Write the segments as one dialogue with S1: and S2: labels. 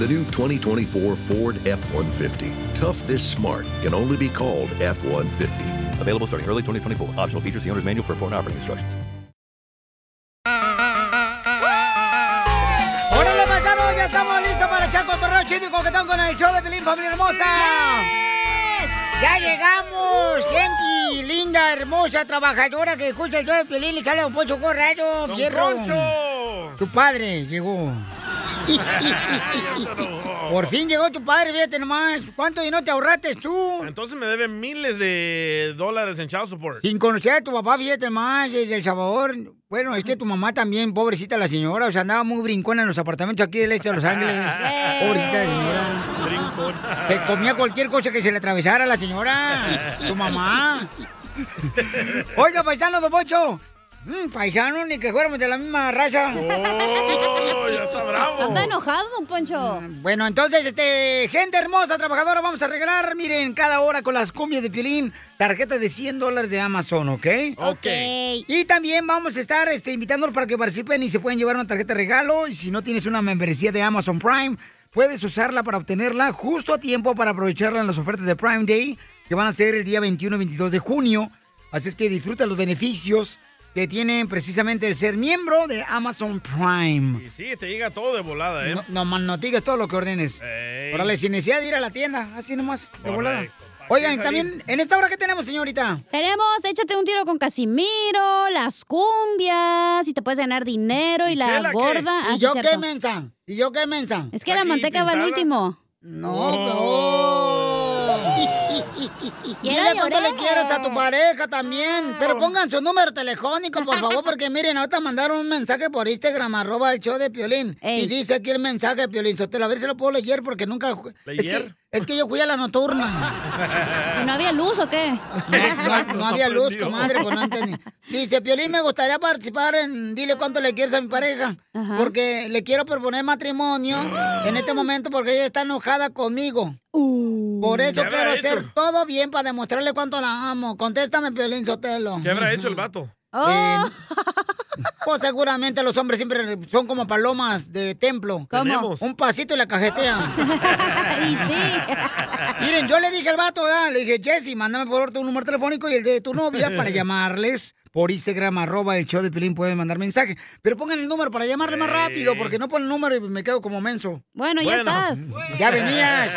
S1: The new 2024 Ford F 150. Tough this smart can only be called F 150.
S2: Available starting early 2024. Optional features. The owner's manual for important operating instructions.
S3: ¡Órale, paisano! ¡Ya estamos listos para echar cotorreo chido y coquetón con el show de Pelín, familia hermosa! ¡Ya llegamos! ¡Gente linda, hermosa, trabajadora que escucha el show de Pelín y sale Don Poncho Corrado!
S4: ¡Don
S3: fierro.
S4: Poncho!
S3: Tu padre llegó. Por fin llegó tu padre, fíjate nomás. ¿Cuánto dinero te ahorraste tú?
S4: Entonces me deben miles de dólares en child support.
S3: Sin conocer a tu papá, fíjate más, desde El Salvador. Bueno, es que tu mamá también, pobrecita la señora, o sea, andaba muy brincona en los apartamentos aquí del este de Los Ángeles. pobrecita la señora. Que comía cualquier cosa que se le atravesara a la señora, tu mamá. Oiga, paisano, don Bocho. Mm, paisano, ni que fuéramos de la misma raza.
S4: Oh, ya está bravo.
S5: Anda enojado, don Poncho.
S3: Mm, Bueno, entonces, este, gente hermosa, trabajadora, vamos a regalar, miren, cada hora con las cumbias de Piolín, tarjeta de 100 dólares de Amazon, ¿ok?
S4: Ok.
S3: Y también vamos a estar este, invitándolos para que participen y se pueden llevar una tarjeta de regalo. Y si no tienes una membresía de Amazon Prime, puedes usarla para obtenerla justo a tiempo para aprovecharla en las ofertas de Prime Day, que van a ser el día 21 y 22 de junio. Así es que disfruta los beneficios que tienen precisamente el ser miembro de Amazon Prime.
S4: Y sí, te llega todo de volada, ¿eh?
S3: No, no, man, no digas todo lo que ordenes.
S4: Ey.
S3: Órale, sin necesidad de ir a la tienda, así nomás, de volada.
S4: Correcto. Así
S3: Oigan,
S4: es,
S3: también, ¿en esta hora qué tenemos, señorita?
S5: Tenemos Échate un tiro con Casimiro, las cumbias, y te puedes ganar dinero y, la
S3: Chela, ¿qué?
S5: gorda. Ah,
S3: ¿Y
S5: sí,
S3: yo
S5: cierto.
S3: qué mensa? ¿Y yo qué mensa?
S5: Es que la
S4: Aquí,
S5: manteca va al
S4: pintada.
S5: último.
S3: No, no.
S5: Y
S3: Dile
S5: era
S3: cuánto le
S5: lloré.
S3: quieres a tu pareja también. Pero pongan su número telefónico, por favor, porque miren, ahorita mandaron un mensaje por Instagram, arroba el show de Piolín.
S5: Ey.
S3: Y dice aquí el mensaje de Piolín Sotelo. A ver si lo puedo leer porque nunca... ju- Es que,
S4: ¿Leyer?
S3: es que yo fui a la nocturna.
S5: ¿Y no había luz o qué?
S3: No, no- no había luz,
S4: Aprendió.
S3: comadre, con Anthony. Dice, Piolín, me gustaría participar en Dile cuánto le quieres a mi pareja.
S5: Ajá.
S3: Porque le quiero proponer matrimonio en este momento porque ella está enojada conmigo.
S5: Uh.
S3: Por eso
S4: ¿Qué
S3: quiero
S4: habrá hecho?
S3: hacer todo bien para demostrarle cuánto la amo. Contéstame, Piolín Sotelo. Eh,
S4: ¿Qué habrá hecho el vato?
S5: Oh,
S3: Pues seguramente los hombres siempre son como palomas de templo.
S5: ¿Cómo?
S4: Tenemos.
S3: Un pasito y la cajetean.
S5: y sí.
S3: Miren, yo le dije al vato, ¿verdad? le dije, Jesse, mándame por favor tu número telefónico y el de tu novia para llamarles. Por Instagram, arroba el show de Piolín, pueden mandar mensaje. Pero pongan el número para llamarle más rápido, porque no ponen el número y me quedo como menso.
S5: Bueno, ya
S4: Bueno.
S5: estás.
S3: Ya venías.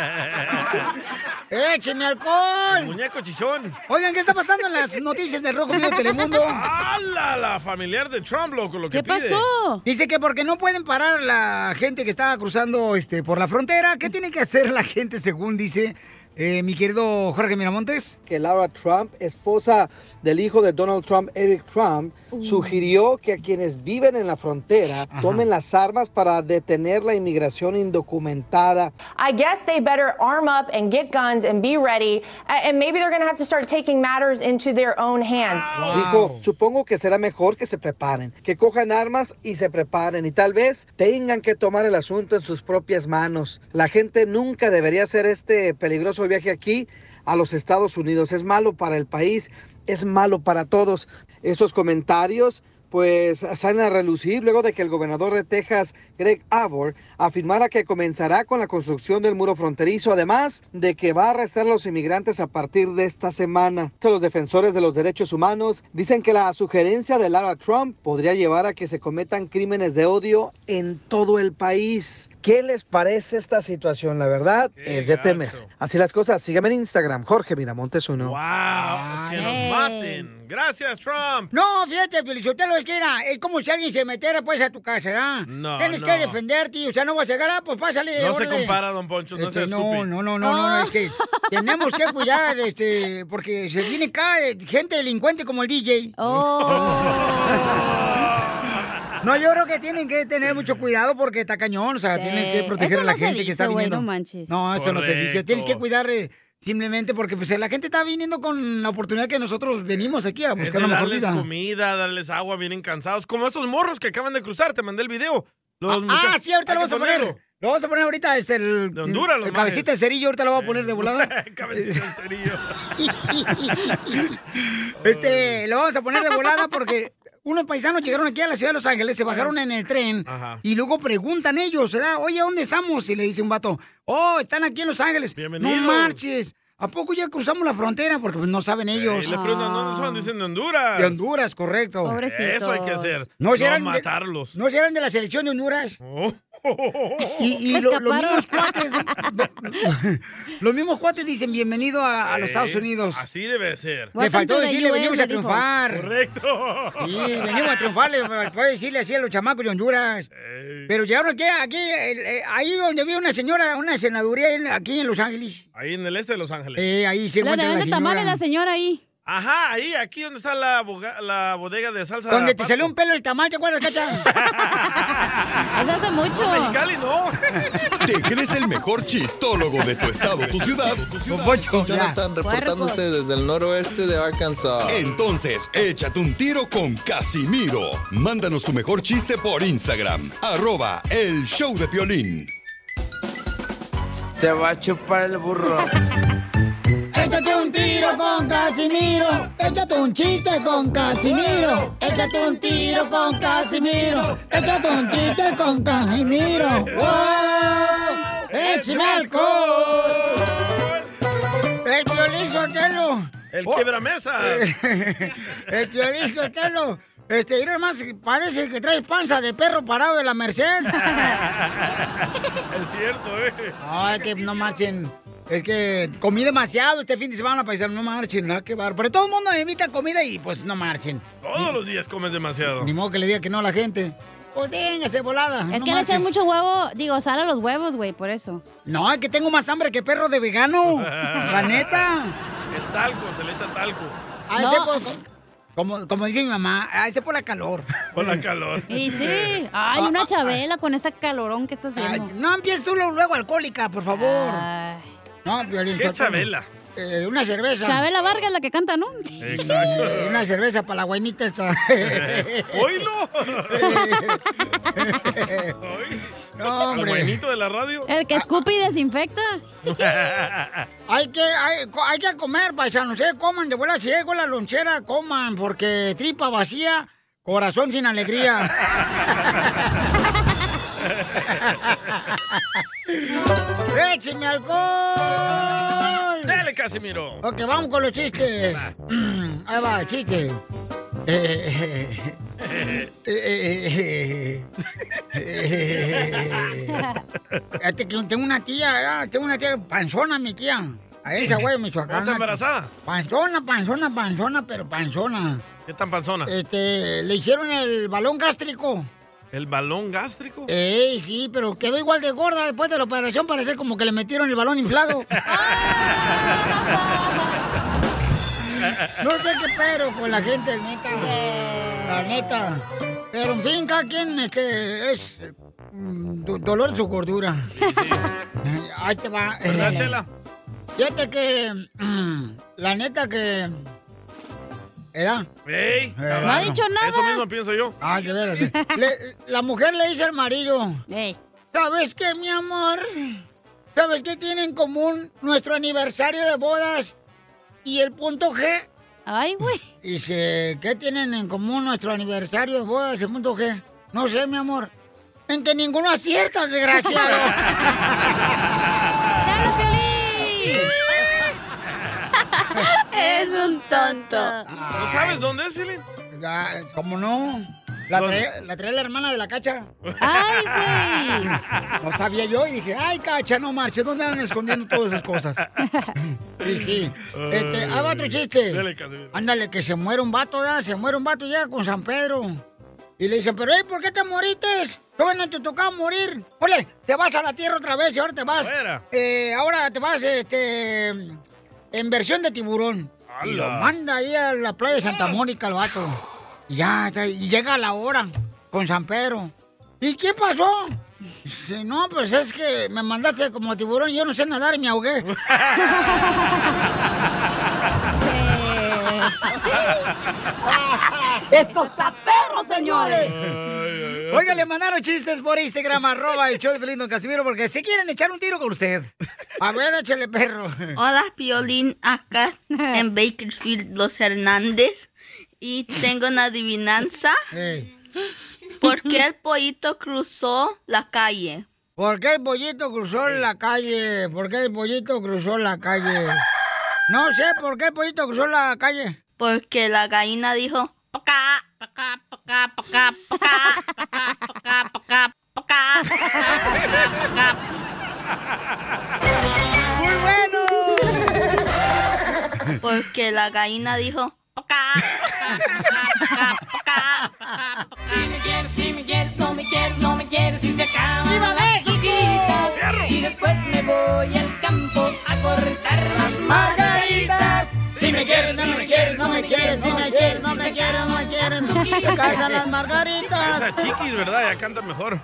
S3: ¡Écheme alcohol!
S4: Muñeco chichón.
S3: Oigan, ¿qué está pasando en las noticias de Rojo Vivo de Telemundo?
S4: ¡Hala! La familiar de Trump, loco, lo que
S5: ¿Qué
S4: pide.
S5: pasó?
S3: Dice que porque no pueden parar la gente que está cruzando este por la frontera, ¿qué tiene que hacer la gente según dice eh, mi querido Jorge Miramontes?
S6: que Laura Trump, esposa del hijo de Donald Trump, Eric Trump, sugirió que a quienes viven en la frontera
S3: Ajá.
S6: tomen las armas para detener la inmigración indocumentada.
S7: I guess they better arm up and get guns and be ready. A- And maybe they're going to have to start taking matters into their own hands.
S6: Dijo, supongo que será mejor que se preparen, que cojan armas y se preparen y tal vez tengan que tomar el asunto en sus propias manos. La gente nunca debería hacer este peligroso viaje aquí a los Estados Unidos. Es malo para el país, es malo para todos. Estos comentarios pues salen a relucir luego de que el gobernador de Texas, Greg Abbott, afirmara que comenzará con la construcción del muro fronterizo, además de que va a arrestar a los inmigrantes a partir de esta semana. Los defensores de los derechos humanos dicen que la sugerencia de Lara Trump podría llevar a que se cometan crímenes de odio en todo el país. ¿Qué les parece esta situación? La verdad
S4: Qué
S6: es de
S4: gacho.
S6: temer. Así las cosas. Síganme en Instagram, Jorge Miramontes uno.
S4: ¡Wow! ¡Que
S5: Ay.
S4: nos maten! Gracias, Trump.
S3: No, fíjate, Pelichotelo, es que era, es como si alguien se metiera pues a tu casa, ¿ah?
S4: No,
S3: Tienes
S4: no.
S3: que defenderte, o sea, no vas a llegar, ah, pues pásale.
S4: No se
S3: órale.
S4: compara, don Poncho, no
S3: Este,
S4: sea
S3: no,
S4: estúpido.
S3: no, no, no, no,
S5: Ah.
S3: no, es que tenemos que cuidar, este, porque se viene acá eh, gente delincuente como el DJ.
S5: Oh.
S3: No, yo creo que tienen que tener mucho cuidado porque está cañón, o sea,
S5: Sí.
S3: tienes que proteger
S5: Eso
S3: a la
S5: no se
S3: gente que
S5: dice,
S3: está
S5: güey,
S3: viniendo.
S5: no manches.
S3: No, eso no se dice.
S4: Correcto.
S3: Tienes que cuidar eh, simplemente porque pues la gente está viniendo con la oportunidad que nosotros venimos aquí a
S4: Es
S3: buscar la
S4: de
S3: mejor
S4: darles
S3: vida.
S4: comida, darles agua, vienen cansados. Como estos morros que acaban de cruzar, te mandé el video. Los
S3: Ah,
S4: muchachos-
S3: sí, ahorita
S4: hay
S3: lo vamos
S4: que
S3: a poner.
S4: ponerlo.
S3: Lo vamos a poner ahorita, es el,
S4: De Honduras, los
S3: el cabecita de
S4: majes.
S3: cerillo, ahorita lo voy a poner de volada.
S4: Cabecita de cerillo.
S3: Este, lo vamos a poner de volada porque unos paisanos llegaron aquí a la ciudad de Los Ángeles, se bajaron en el tren
S4: Ajá.
S3: y luego preguntan ellos, ¿verdad? Oye, ¿dónde estamos? Y le dice un vato, oh, están aquí en Los Ángeles.
S4: Bienvenidos.
S3: No marches. ¿A poco ya cruzamos la frontera? Porque pues, no saben
S4: Y
S3: ellos.
S4: le preguntan, ¿dónde son? Dicen de Honduras.
S3: De Honduras, correcto.
S5: Pobrecitos.
S4: Eso hay que hacer.
S3: No,
S4: No,
S3: si eran de-
S4: matarlos.
S3: ¿No serán de la selección de Honduras?
S4: Oh.
S3: Y, y lo- los
S5: Escaparon.
S3: mismos cuates. los mismos cuates dicen bienvenido a, a Ah, los
S4: Eh,
S3: Estados Unidos.
S4: Así debe ser.
S3: Le
S5: Welcome
S3: faltó
S5: to the
S3: decirle,
S5: US,
S3: venimos
S5: eh", le
S3: a
S5: dijo.
S3: triunfar.
S4: Correcto.
S3: Sí, venimos a triunfar, le faltó decirle así a los chamacos de Honduras.
S4: Ey.
S3: Pero llegaron aquí, aquí eh, eh, ahí donde vi una señora, una senaduría en- aquí en Los Ángeles.
S4: Ahí en el este de Los Ángeles.
S3: Eh, ahí se
S5: La de
S3: encuentra la
S5: vende
S3: señora.
S5: tamales la señora ahí.
S4: Ajá, ahí, aquí donde está la, boga- la bodega de salsa.
S3: Donde te
S4: Pato.
S3: salió un pelo el tamal, ¿te acuerdas, Cacha?
S5: Eso hace mucho.
S4: Mexicali, no.
S8: ¿Te crees el mejor chistólogo de tu estado, tu ciudad?
S3: Jonathan,
S5: reportándose
S9: desde el noroeste de Arkansas.
S8: Entonces, échate un tiro con Casimiro. Mándanos tu mejor chiste por Instagram. Arroba el show de Piolín.
S9: Te va a chupar el burro.
S3: Échate un tiro con Casimiro. Échate un chiste con Casimiro. Échate un tiro con Casimiro. Échate un chiste con Casimiro. ¡Wow! ¡Échame alcohol! El Piolín Sotelo.
S4: El
S3: Oh.
S4: quebramesa.
S3: El Piolín Sotelo. Este, mira más, parece que traes panza de perro parado de la Merced.
S4: Es cierto, eh.
S3: Ay, que no marchen. Es que comí demasiado este fin de semana, paisano. No marchen, nada que bar. Pero todo el mundo me invita comida y pues no marchen.
S4: Todos los días comes demasiado.
S3: Ni modo que le diga que no a la gente. Pues véngase volada.
S5: Es
S3: no
S5: que le
S3: marches.
S5: echan mucho huevo, digo, sal a los huevos, güey, por eso.
S3: No, es que tengo más hambre que perro de vegano. la neta.
S4: Es talco, se le echa talco.
S3: A
S5: No.
S3: ese por- como, como dice mi mamá, a ese por la calor.
S4: Con la calor.
S5: Y sí, ay, una chabela con esta calorón que está
S3: Ah, Ay,
S5: haciendo.
S3: no empieces tú luego, luego alcohólica, por favor.
S5: Ay.
S3: No, Piolín.
S4: ¿Qué
S3: suéltame.
S4: chabela?
S3: Eh, una cerveza.
S5: Chabela Vargas la que canta, ¿no?
S3: Eh,
S4: Exacto.
S3: Una cerveza para la guainita esta.
S4: ¡Oílo! Oí.
S3: No,
S4: Al
S3: hombre.
S4: buenito de la radio.
S5: El que escupe y desinfecta.
S3: Hay que, hay, co- hay que comer, paisanos, ¿eh? Coman de vuelta, si llegó la lonchera, coman, porque tripa vacía, corazón sin alegría. ¡Écheme alcohol!
S4: Dale, Casimiro.
S3: Ok, vamos con los chistes.
S4: Va.
S3: Ahí va, chiste. Eh, eh, eh, eh, eh. Fíjate que Tengo una tía, ¿verdad? tengo una tía panzona, mi tía. A esa güey,
S4: ¿Cómo
S3: Michoacán.
S4: está embarazada?
S3: Panzona, panzona, panzona, pero panzona.
S4: ¿Qué tan panzona?
S3: Este, le hicieron el balón gástrico.
S4: ¿El balón gástrico?
S3: Ey, sí, pero quedó igual de gorda después de la operación, parece como que le metieron el balón inflado. no sé qué pero con la gente, neta. La neta. Pero en fin, cada quien este, es mm, do- dolor en su gordura. Ahí te va. eh.
S4: ¿Verdad, Chela?
S3: Fíjate que. mm, la neta que. ¿Edad?
S4: ¡Ey!
S3: No ha
S4: caballo.
S5: dicho nada.
S4: Eso mismo pienso yo.
S3: Eh, Ah, de veras. sí. Le- la mujer le dice al marido:
S5: Ey.
S3: ¿Sabes qué, mi amor? ¿Sabes qué tiene en común nuestro aniversario de bodas y el punto G?
S5: Ay, güey.
S3: Dice: ¿Qué tienen en común nuestro aniversario de bodas y el punto G? No sé, mi amor. En que ninguno acierta, desgraciado.
S5: ¡Dale, Piolín! Eres un tonto.
S4: ¿No sabes dónde es, Filín?
S3: Ah, ¿Cómo no? La
S4: ¿Dónde?
S3: traía, la traía la hermana de la cacha.
S5: ¡Ay,
S3: güey! No sabía yo y dije, ¡ay, cacha, no marches! ¿Dónde andan escondiendo todas esas cosas? Sí, sí. Este, ahí va otro chiste.
S4: Dale, Casimiro.
S3: Ándale, que se muere un vato, ya, se muere un vato, llega con San Pedro. Y le dicen, pero hey, ¿por qué te moriste? Todavía no te tocaba morir. Ole, te vas a la tierra otra vez y ahora te vas.
S4: Fuera.
S3: eh, ahora te vas, este. En versión de tiburón. Y lo
S4: ¡Hala!
S3: manda ahí a la playa de Santa Mónica el vato. Y ya, ya, y llega la hora con San Pedro. ¿Y qué pasó? Dice, no, pues es que me mandaste como tiburón y yo no sé nadar y me ahogué. ¡Esto está perro, señores! Oiga, le mandaron chistes por Instagram, arroba el show de Feliz Don Casimiro, porque si quieren echar un tiro con usted. A ver, échale perro.
S1: Hola, Piolín, acá en Bakersfield, Los Hernández. Y tengo una adivinanza. ¿Por qué el pollito cruzó la calle?
S3: ¿Por qué el pollito cruzó la calle? ¿Por qué el pollito cruzó la calle? No sé, ¿por qué el pollito cruzó la calle?
S1: Porque la gallina dijo, "Pocá, pocá, pocá, pocá, pocá, pocá, pocá, pocá, pocá, pocá, pocá".
S3: ¡Muy
S1: bueno! Porque la gallina dijo,
S10: Si me quieres, si me quieres, no me quieres, no me quieres y se acaban las hojitas. Y después me voy al campo a cortar las margaritas.
S3: Si me quieres, no me quieres, no me quieres, si me quieres, no me quieres, no me quieres, no me quieres. Casa las
S4: Esa
S3: margaritas.
S4: chiquis, ¿verdad? Ya canta mejor.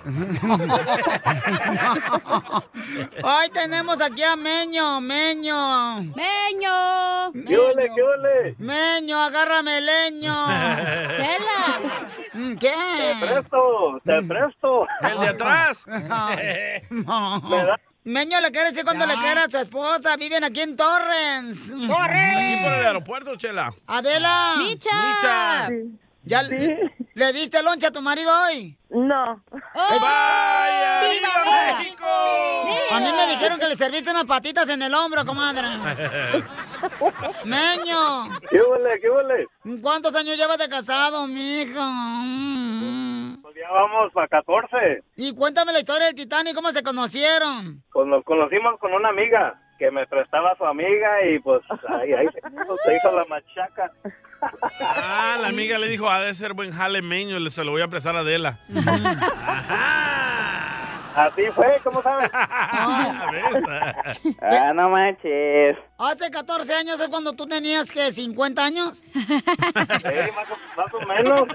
S3: Hoy tenemos aquí a Meño, Meño. Meño.
S11: ¿Qué ole, qué ole?
S3: Meño, agárrame leño. Chela. Mm, ¿Qué?
S11: Te presto, te presto.
S4: El de atrás.
S3: Meño le quiere decir cuando le quiera a su esposa. Viven aquí en Torrens.
S4: Aquí por el aeropuerto, Chela.
S3: Adela.
S4: Micha. Micha.
S3: ¿Ya le- le diste loncha a tu marido hoy? No.
S4: ¡Vaya!
S10: ¡Viva
S4: Oh. México!
S3: A mí me dijeron que le serviste unas patitas en el hombro, comadre. Meño.
S11: ¿Qué ole, qué ole?
S3: ¿Cuántos años llevas de casado, mijo? Mm.
S11: Ya vamos para 14.
S3: Y cuéntame la historia del Titanic, ¿cómo se conocieron?
S11: Con- Pues nos conocimos con una amiga que me prestaba a su amiga y pues ahí, ahí se, se hizo la machaca.
S4: Ah, la amiga le dijo, ha de ser buen jalemeño, le- se lo voy a prestar a Adela.
S11: Así fue, ¿cómo sabes?
S12: Ah, no manches.
S3: Hace 14 años es cuando tú tenías que 50 años.
S11: Más o menos.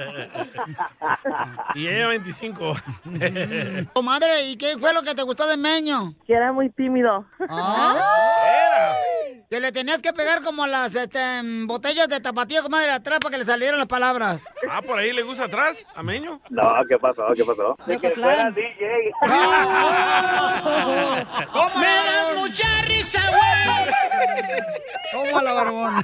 S4: Y ella 25.
S3: Comadre, Oh, ¿y qué fue lo que te gustó de Meño? Ah.
S12: Que era muy tímido.
S3: Que le tenías que pegar como las este, mm, botellas de tapatía, comadre, atrás para que le salieran las palabras.
S4: Ah, por ahí le gusta atrás, a Meño.
S11: No, ¿qué pasó? ¿Qué pasó? De que fuera DJ.
S10: Me da mucha risa, güey.
S3: ¿Cómo la barbón?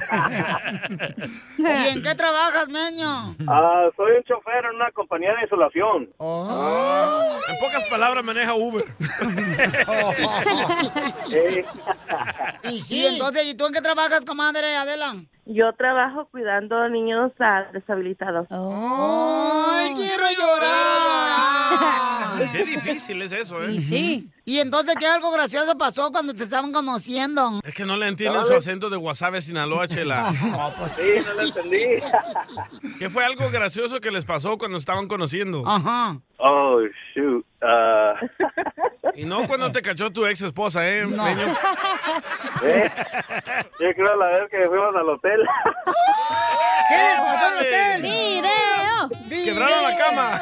S3: ¿Y en qué trabajas, Meño?
S11: Ah, soy un chofer en una compañía de insolación.
S4: En pocas palabras maneja Uber.
S11: Eh,
S3: Y sí, entonces, ¿y tú en qué trabajas, comadre, Adela?
S12: Yo trabajo cuidando niños ah, deshabilitados.
S3: Oh. ¡Ay, quiero llorar!
S4: Qué difícil es eso, ¿eh?
S3: ¿Y entonces qué algo gracioso pasó cuando te estaban conociendo?
S4: Es que no le entienden su acento de Guasave, Sinaloa, Chela.
S3: No, pues
S11: sí, no lo entendí.
S4: ¿Qué fue algo gracioso que les pasó cuando estaban conociendo?
S3: Ajá.
S11: Oh, shoot. Ah,
S4: Y no cuando te cachó tu ex esposa, ¿eh?
S11: No.
S4: Meño?
S11: eh, yo creo la vez que fuimos al hotel.
S3: ¿Qué les pasó en el hotel?
S5: ¡Video!
S4: Quebraron la cama.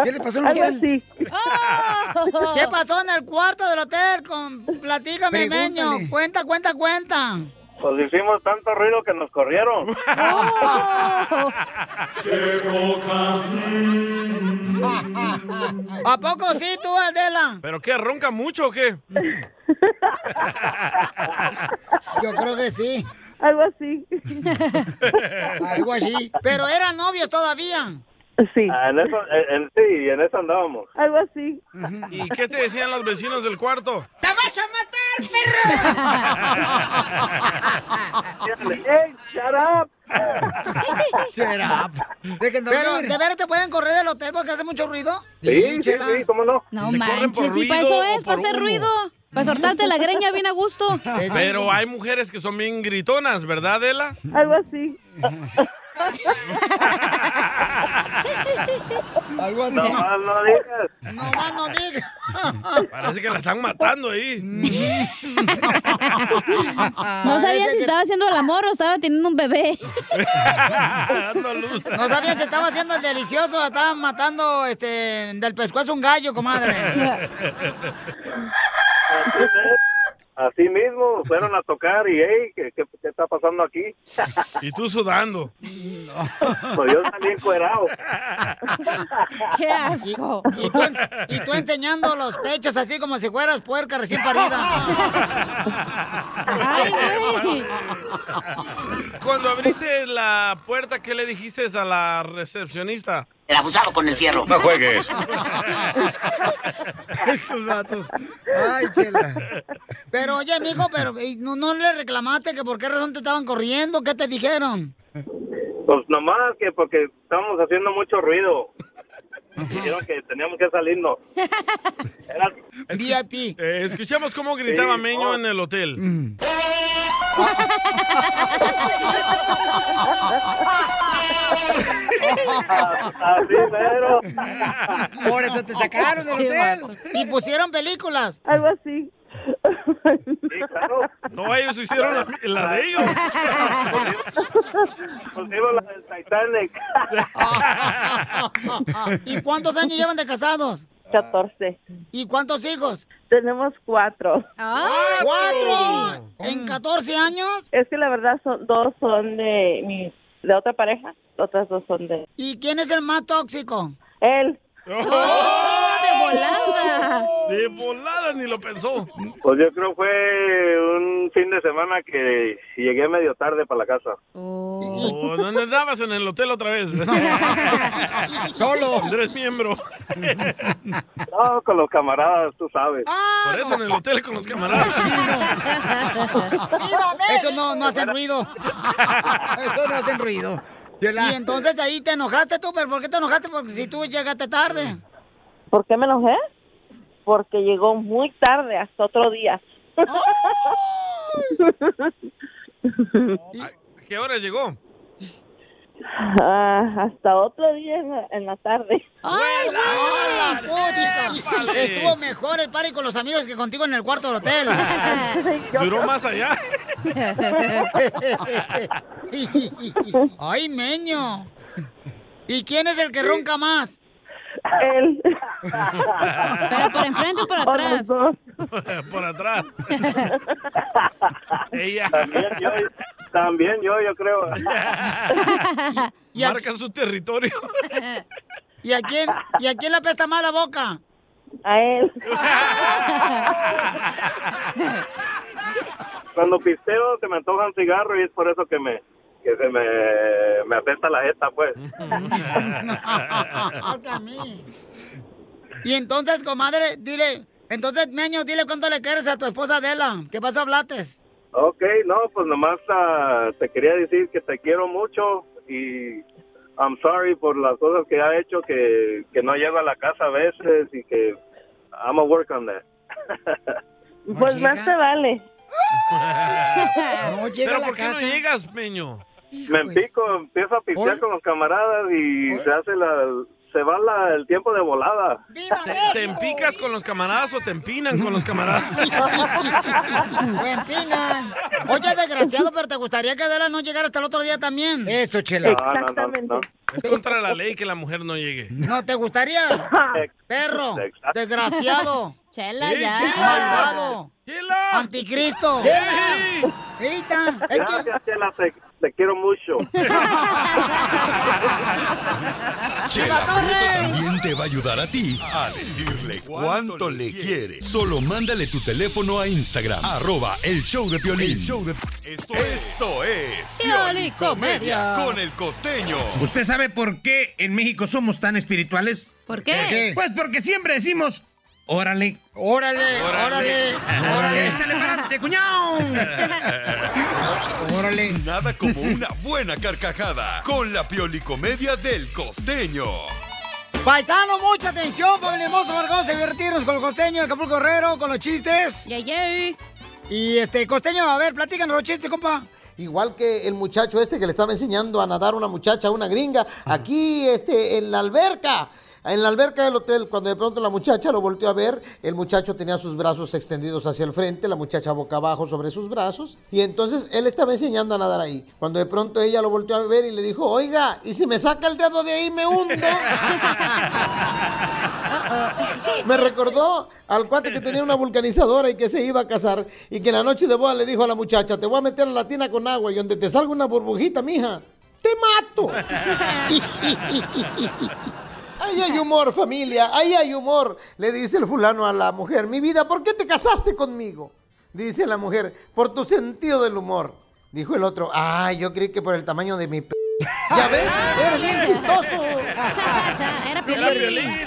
S3: ¿Qué les pasó en el
S4: Algo
S3: hotel? ¿Qué pasó en el cuarto del hotel? Con... Platícame,
S11: Pregúntale.
S3: Meño. Cuenta, cuenta, cuenta.
S11: Pues hicimos tanto ruido que nos corrieron.
S3: ¿A poco sí tú, Adela?
S4: ¿Pero qué? ¿Ronca mucho o qué?
S3: Yo creo que sí.
S12: Algo así.
S3: Algo así. Pero eran novios todavía.
S12: Sí.
S11: Ah, en eso, en, en- sí, en eso andábamos.
S12: Algo así.
S4: ¿Y qué te decían los vecinos del cuarto?
S10: ¡Te vas a matar, perro!
S11: ¡Ey, shut up!
S10: Será.
S3: Pero, ¿de veras te pueden correr del hotel porque hace mucho ruido?
S11: Sí, sí, sí, cómo no.
S5: No
S4: Te corren por
S5: manches, sí, para
S4: ruido
S5: eso
S4: o
S5: es, para
S4: por
S5: hacer
S4: humo.
S5: ruido. Para soltarte la greña bien a gusto.
S4: Pero hay mujeres que son bien gritonas, ¿verdad, Ela?
S13: Algo así.
S10: Algo
S14: así.
S11: No más no digas.
S3: No más no digas.
S4: Parece que la están matando ahí.
S1: Ah,
S5: No sabía si estaba haciendo el amor o estaba teniendo un bebé.
S3: No sabía si estaba haciendo el delicioso, o estaba matando este del pescuezo un gallo, comadre.
S11: Así mismo, fueron a tocar y, hey, ¿qué, qué, qué está pasando aquí?
S4: Y tú sudando.
S11: Pues yo salí encuerado.
S5: ¡Qué asco!
S3: Y, tú, y tú enseñando los pechos así como si fueras puerca recién parida.
S14: Ay,
S3: güey.
S4: Cuando abriste la puerta, ¿qué le dijiste a la recepcionista?
S14: El abusado con el fierro. No juegues.
S10: Esos datos. Ay, chela.
S3: Pero oye, amigo, pero ¿y no, no le reclamaste que por qué razón te estaban corriendo, ¿qué te dijeron?
S11: Pues nomás que porque estábamos haciendo mucho ruido. Dijeron que teníamos que salirnos.
S3: VIP.
S4: eh, escuchemos cómo gritaba
S11: Sí,
S4: Meño
S11: oh.
S4: en el hotel.
S11: Así mero.
S3: Por eso te sacaron del
S14: Sí,
S3: hotel. Y pusieron películas.
S13: Algo así.
S4: No, ellos hicieron la, la de ellos.
S11: Pusimos la del Titanic.
S3: ¿Y cuántos años llevan de casados?
S13: 14.
S3: ¿Y cuántos hijos? Ah,
S13: Tenemos cuatro.
S3: ¡Cuatro! ¿En 14 años?
S13: Es que la verdad son dos son de mi de otra pareja, otras dos son de
S3: ¿Y quién es el más tóxico?
S13: él.
S5: ¡Oh, de volada!
S4: De volada ni lo pensó.
S11: Pues yo creo fue un fin de semana que llegué medio tarde para la casa.
S4: O no andabas en el hotel otra vez. Solo. Tres miembros.
S11: No, con los camaradas, tú sabes.
S4: Por eso en el hotel con los camaradas.
S3: Eso no, no hace ruido. Eso no hacen ruido. Y entonces ahí te enojaste tú, pero ¿por qué te enojaste? Porque si tú llegaste tarde.
S13: ¿Por qué me enojé? Porque llegó muy tarde, hasta otro día.
S4: ¿A ¿Qué hora llegó?
S13: Ah, hasta otro día en la, en la tarde.
S3: ¡Ay, ¡Hola, puta!
S13: ¡Épale!
S3: Estuvo mejor el party con los amigos que contigo en el cuarto del hotel.
S4: Duró más allá.
S3: ¡Ay, meño! ¿Y quién es el que ronca más?
S13: Él.
S5: Pero por enfrente o por atrás.
S4: Por atrás. Ella.
S11: También yo, también yo, yo creo.
S4: Marca su territorio.
S3: ¿Y a quién, ¿y a quién le apesta más la boca?
S13: A él.
S11: Cuando pisteo se me antoja un cigarro y es por eso que me que se me, me apesta la jeta, pues.
S3: Toca a mí. Y entonces, comadre, dile, entonces, meño, dile cuánto le quieres a tu esposa Adela. ¿Qué pasa, Blates?
S11: Ok, no, pues nomás ah, te quería decir que te quiero mucho y I'm sorry por las cosas que ha hecho que, que no llego a la casa a veces y que I'm a work on that.
S13: Pues más te vale.
S3: No
S4: Pero ¿por qué no llegas, Meño?
S11: Me empico, empiezo a pistear con los camaradas y se hace la se va la- el tiempo de volada.
S4: ¿Te, te empicas con los camaradas o te empinan con los camaradas?
S3: Me empinan. Oye, desgraciado, pero te gustaría que Adela no llegara hasta el otro día también. Eso,
S4: No, no, no, no. Es contra la ley que la mujer no llegue.
S3: No, ¿te gustaría? Perro,
S4: Exacto.
S3: desgraciado.
S5: Chela,
S4: Sí,
S5: ya.
S4: chela.
S3: Malvado. Anticristo.
S4: Sí.
S3: Eita, es que-
S11: Gracias, Chela, te, te quiero mucho.
S8: Chela Prieto también te va a ayudar a ti a decirle cuánto le quiere. Solo mándale tu teléfono a Instagram, arroba el show de Piolín. Esto, esto es
S14: Pioli Comedia.
S8: con el costeño.
S15: ¿Usted sabe por qué en México somos tan espirituales?
S5: ¿Por qué? ¿Por qué?
S15: Pues porque siempre decimos, Órale.
S3: Órale, órale,
S15: Órale.
S3: órale.
S15: Échale para adelante,
S3: cuñado. Órale.
S8: Nada como una buena carcajada con la piolicomedia del costeño.
S3: Paisano, mucha atención, familia hermosa, porque vamos a divertirnos con el costeño de Acapulco Herrero, con los chistes. Yay, Y este, costeño, a ver, platícanos los chistes, compa.
S16: Igual que el muchacho este que le estaba enseñando a nadar a una muchacha, a una gringa, aquí este, en la alberca. En la alberca del hotel, cuando de pronto la muchacha lo volteó a ver, el muchacho tenía sus brazos extendidos hacia el frente, la muchacha boca abajo sobre sus brazos, y entonces él estaba enseñando a nadar ahí. Cuando de pronto ella lo volteó a ver y le dijo, oiga, ¿y si me saca el dedo de ahí me hundo? Me recordó al cuate que tenía una vulcanizadora y que se iba a casar y que en la noche de boda le dijo a la muchacha, te voy a meter a la tina con agua y donde te salga una burbujita, mija, te mato. Ahí hay humor, familia, ahí hay humor, le dice el fulano a la mujer, mi vida, ¿por qué te casaste conmigo? Dice la mujer, por tu sentido del humor. Dijo el otro, ah, yo creí que por el tamaño de mi... p-". Ya ves, eres bien chistoso.
S10: Era Piolín.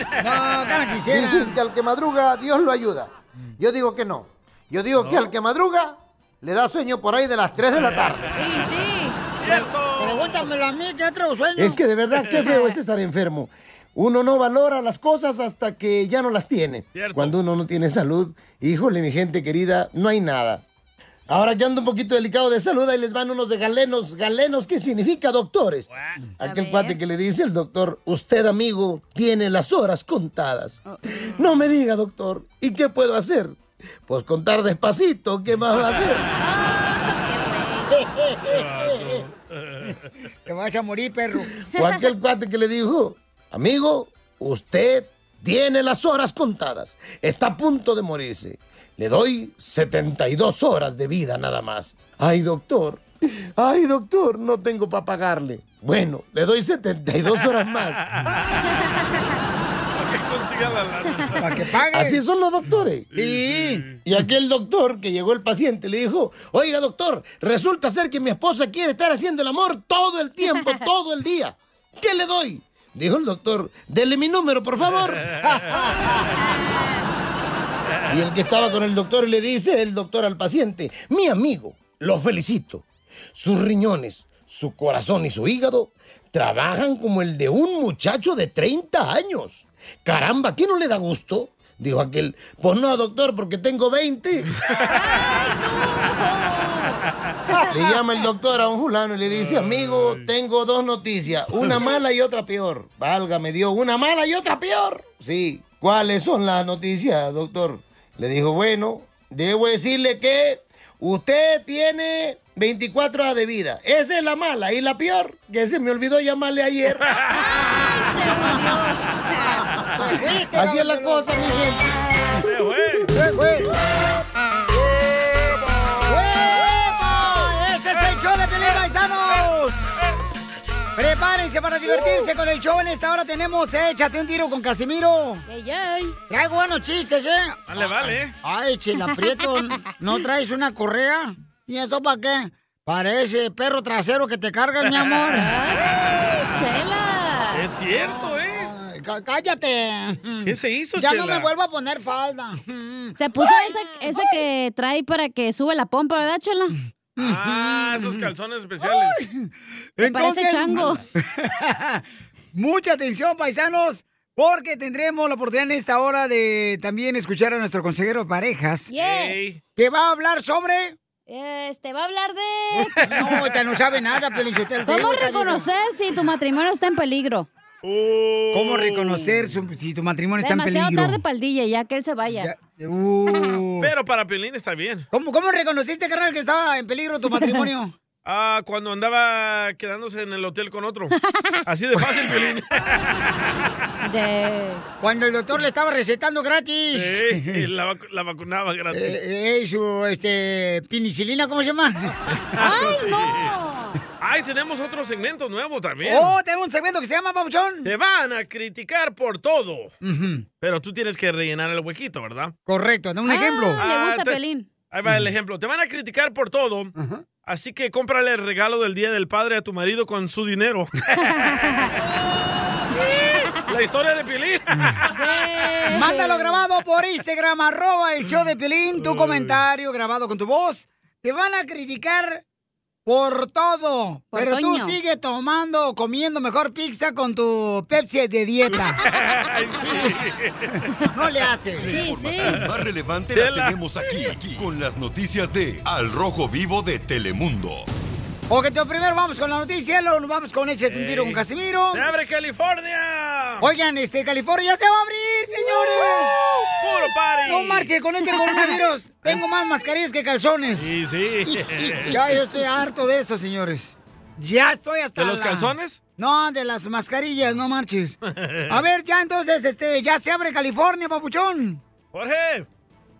S16: Dicen que al que madruga, Dios lo ayuda. Yo digo que no. Yo digo que al que madruga, le da sueño por ahí de las 3 de la tarde.
S3: Sí, sí. Pregúntamelo a mí, que otro sueño.
S16: Es que de verdad, qué feo es estar enfermo. Uno no valora las cosas hasta que ya no las tiene.
S4: Cierto.
S16: Cuando uno no tiene salud, híjole, mi gente querida, no hay nada. Ahora que ando un poquito delicado de salud, ahí les van unos de galenos. Galenos, ¿qué significa, doctores? Aquel cuate que le dice el doctor, usted, amigo, tiene las horas contadas. No me diga, doctor, ¿y qué puedo hacer? Pues contar despacito, ¿qué más va a hacer?
S3: Te vas a morir, perro.
S16: O aquel cuate que le dijo, amigo, usted tiene las horas contadas, está a punto de morirse. Le doy 72 horas de vida nada más. Ay, doctor, ay, doctor, no tengo para pagarle. Bueno, le doy 72 horas más.
S4: Para que consiga la lana.
S16: Así son los doctores. Y aquel doctor que llegó el paciente le dijo, oiga doctor, resulta ser que mi esposa quiere estar haciendo el amor todo el tiempo, todo el día. ¿Qué le doy? Dijo el doctor, dele mi número, por favor. Y el que estaba con el doctor le dice el doctor al paciente, mi amigo, lo felicito. Sus riñones, su corazón y su hígado trabajan como el de un muchacho de 30 años. Caramba, ¿qué no le da gusto? Dijo aquel, pues no, doctor, porque tengo 20. Le llama el doctor a un fulano y le dice, amigo, tengo dos noticias, una mala y otra peor. Válgame Dios, una mala y otra peor. Sí, ¿cuáles son las noticias, doctor? Le dijo, bueno, debo decirle que usted tiene 24 horas de vida. Esa es la mala y la peor, que se me olvidó llamarle ayer.
S10: Pues
S16: Así es la cosa, mi gente.
S3: ¡Huepa! ¡Este es el show de Pelín Paisanos! Prepárense para divertirse con el show. En esta hora tenemos eh, Échate un tiro con Casimiro. Traigo buenos chistes, ¿eh?
S4: Vale, vale.
S3: Ay, chilaprieto, ¿no traes una correa? ¿Y eso para qué? Para ese perro trasero que te cargas, mi amor.
S4: chela. Es cierto, ¿eh?
S3: Ay, cá- Cállate.
S4: ¿Qué se hizo,
S3: Ya no
S4: Chela?
S3: me vuelvo a poner falda.
S5: Se puso esa, esa que trae para que sube la pompa, ¿verdad, Chela?
S4: Ah, esos calzones especiales.
S5: Me parece chango.
S3: Mucha atención, paisanos, porque tendremos la oportunidad en esta hora de también escuchar a nuestro consejero de parejas.
S5: Yes.
S3: Que va a hablar sobre.
S5: Este, va a hablar de...
S3: No, ya no sabe nada, Pelichotelo.
S5: ¿Cómo reconocer si tu matrimonio está en peligro?
S3: ¿Cómo reconocer su- si tu matrimonio está en
S5: Demasiado
S3: peligro?
S5: tarde para el DJ, ya que él se vaya.
S3: Uh.
S4: Pero para Piolín está bien.
S3: ¿Cómo, ¿Cómo reconociste, carnal, que estaba en peligro tu matrimonio?
S4: Ah, cuando andaba quedándose en el hotel con otro. Así de fácil, Piolín.
S3: Cuando el doctor le estaba recetando gratis.
S4: Sí, la, vacu- la vacunaba gratis.
S3: Eh, eh, su, este, penicilina, ¿cómo se llama?
S4: ¡Ay, no! ¡Ay, tenemos otro segmento nuevo también!
S3: Oh, tenemos un segmento que se llama Pabuchón.
S4: Te van a criticar por todo. Pero tú tienes que rellenar el huequito, ¿verdad? Ah,
S3: Correcto, da un ejemplo.
S4: te- Ahí va el ejemplo. Te van a criticar por todo. Así que cómprale el regalo del Día del Padre a tu marido con su dinero. La la historia de Pilín.
S3: Mándalo grabado por Instagram, arroba el show de Pelín, tu comentario grabado con tu voz. Te van a criticar por todo,
S5: Por
S3: pero
S5: Toño.
S3: tú sigue tomando o comiendo mejor pizza con tu Pepsi de dieta. No le hace.
S8: La información más relevante
S3: Tela.
S8: la tenemos aquí, aquí, con las noticias de Al Rojo Vivo de Telemundo.
S3: Ok, entonces primero vamos con la noticia, luego vamos con Échate un tiro con Casimiro.
S4: ¡Se abre California!
S3: Oigan, este, California ya se va a abrir, señores.
S4: ¡Puro party!
S3: No marche con este coronavirus. Tengo más mascarillas que calzones.
S4: Sí, sí.
S3: ya, yo estoy harto de eso, señores. Ya estoy hasta
S4: ¿De los
S3: la-
S4: calzones?
S3: No, de las mascarillas, no marches. A ver, ya entonces, este, ya se abre California, papuchón.
S4: Jorge.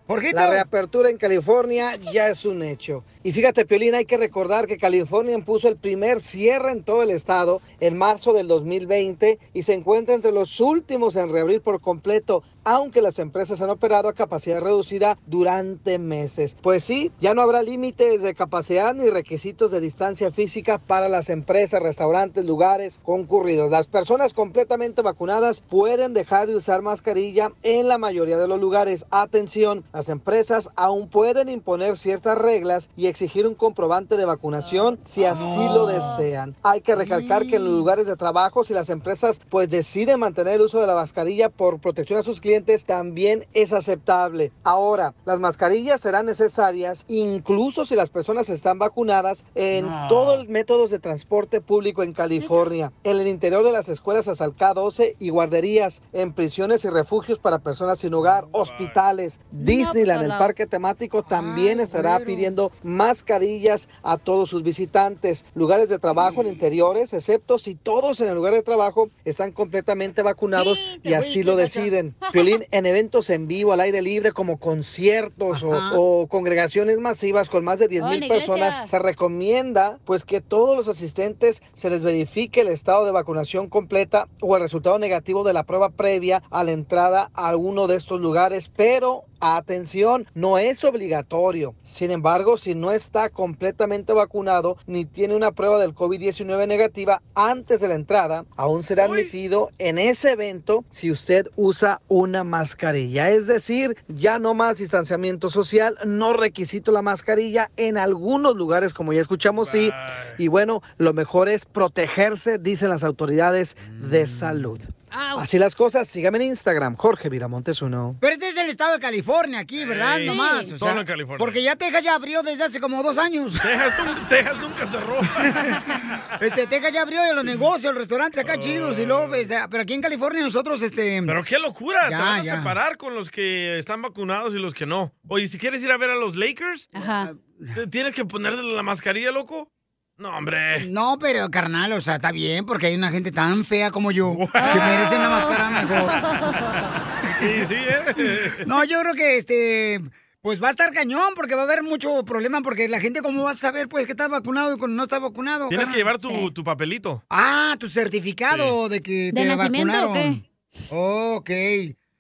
S3: Jorgito.
S6: La reapertura en California ya es un hecho. Y fíjate, Piolín, hay que recordar que California impuso el primer cierre en todo el estado en marzo del 2020 y se encuentra entre los últimos en reabrir por completo, aunque las empresas han operado a capacidad reducida durante meses. Pues sí, ya no habrá límites de capacidad ni requisitos de distancia física para las empresas, restaurantes, lugares concurridos. Las personas completamente vacunadas pueden dejar de usar mascarilla en la mayoría de los lugares. Atención, las empresas aún pueden imponer ciertas reglas y exigir un comprobante de vacunación si así lo desean. Hay que recalcar que en los lugares de trabajo, si las empresas pues deciden mantener el uso de la mascarilla por protección a sus clientes, también es aceptable. Ahora, las mascarillas serán necesarias incluso si las personas están vacunadas en
S17: No.
S6: todos los métodos de transporte público en California, en el interior de las escuelas hasta el K-12 y guarderías, en prisiones y refugios para personas sin hogar, hospitales, Disneyland, el
S17: las-
S6: parque temático también estará pidiendo mascarillas a todos sus visitantes. Lugares de trabajo en interiores, excepto si todos en el lugar de trabajo están completamente vacunados y así lo deciden. Piolín, en eventos en vivo, al aire libre, como conciertos o,
S17: Ajá.
S6: o congregaciones masivas con más de 10
S17: Oh, en
S6: mil
S17: la iglesia.
S6: personas, se recomienda pues que todos los asistentes se les verifique el estado de vacunación completa o el resultado negativo de la prueba previa a la entrada a alguno de estos lugares, pero atención, no es obligatorio. Sin embargo, si no está completamente vacunado ni tiene una prueba del COVID-19 negativa antes de la entrada, aún será admitido en ese evento si usted usa una mascarilla. Es decir, ya no más distanciamiento social, no requisito la mascarilla en algunos lugares, como ya escuchamos, sí. Y bueno, lo mejor es protegerse, dicen las autoridades de salud. Así las cosas, sígame en Instagram, Jorge Viramontes uno.
S3: Pero este es el estado de California aquí, ¿verdad?
S6: Sí.
S3: Nomás.
S6: Solo en California.
S3: Porque ya Texas ya abrió desde hace como dos años.
S4: Texas, nunca cerró.
S3: este, Texas ya abrió los negocios, el restaurante acá chidos y luego, este, pero aquí en California nosotros, este...
S4: Oh. Pero qué locura, te
S3: Ya,
S4: van a
S3: ya.
S4: separar con los que están vacunados y los que no. Oye, si quieres ir a ver a los Lakers, ¿te- ¿tienes que ponerte la mascarilla, loco? No, hombre.
S3: No, pero carnal, o sea, está bien porque hay una gente tan fea como yo que merece una máscara mejor.
S4: Y sí, ¿eh?
S3: No, yo creo que este. Pues va a estar cañón porque va a haber mucho problema porque la gente, ¿cómo va a saber pues que está vacunado y cuando no está vacunado?
S4: Tienes que
S3: carnal?
S4: llevar tu, tu papelito.
S3: Ah, tu certificado de que
S4: ¿De
S3: te
S4: nacimiento o
S3: vacunaron. Ok.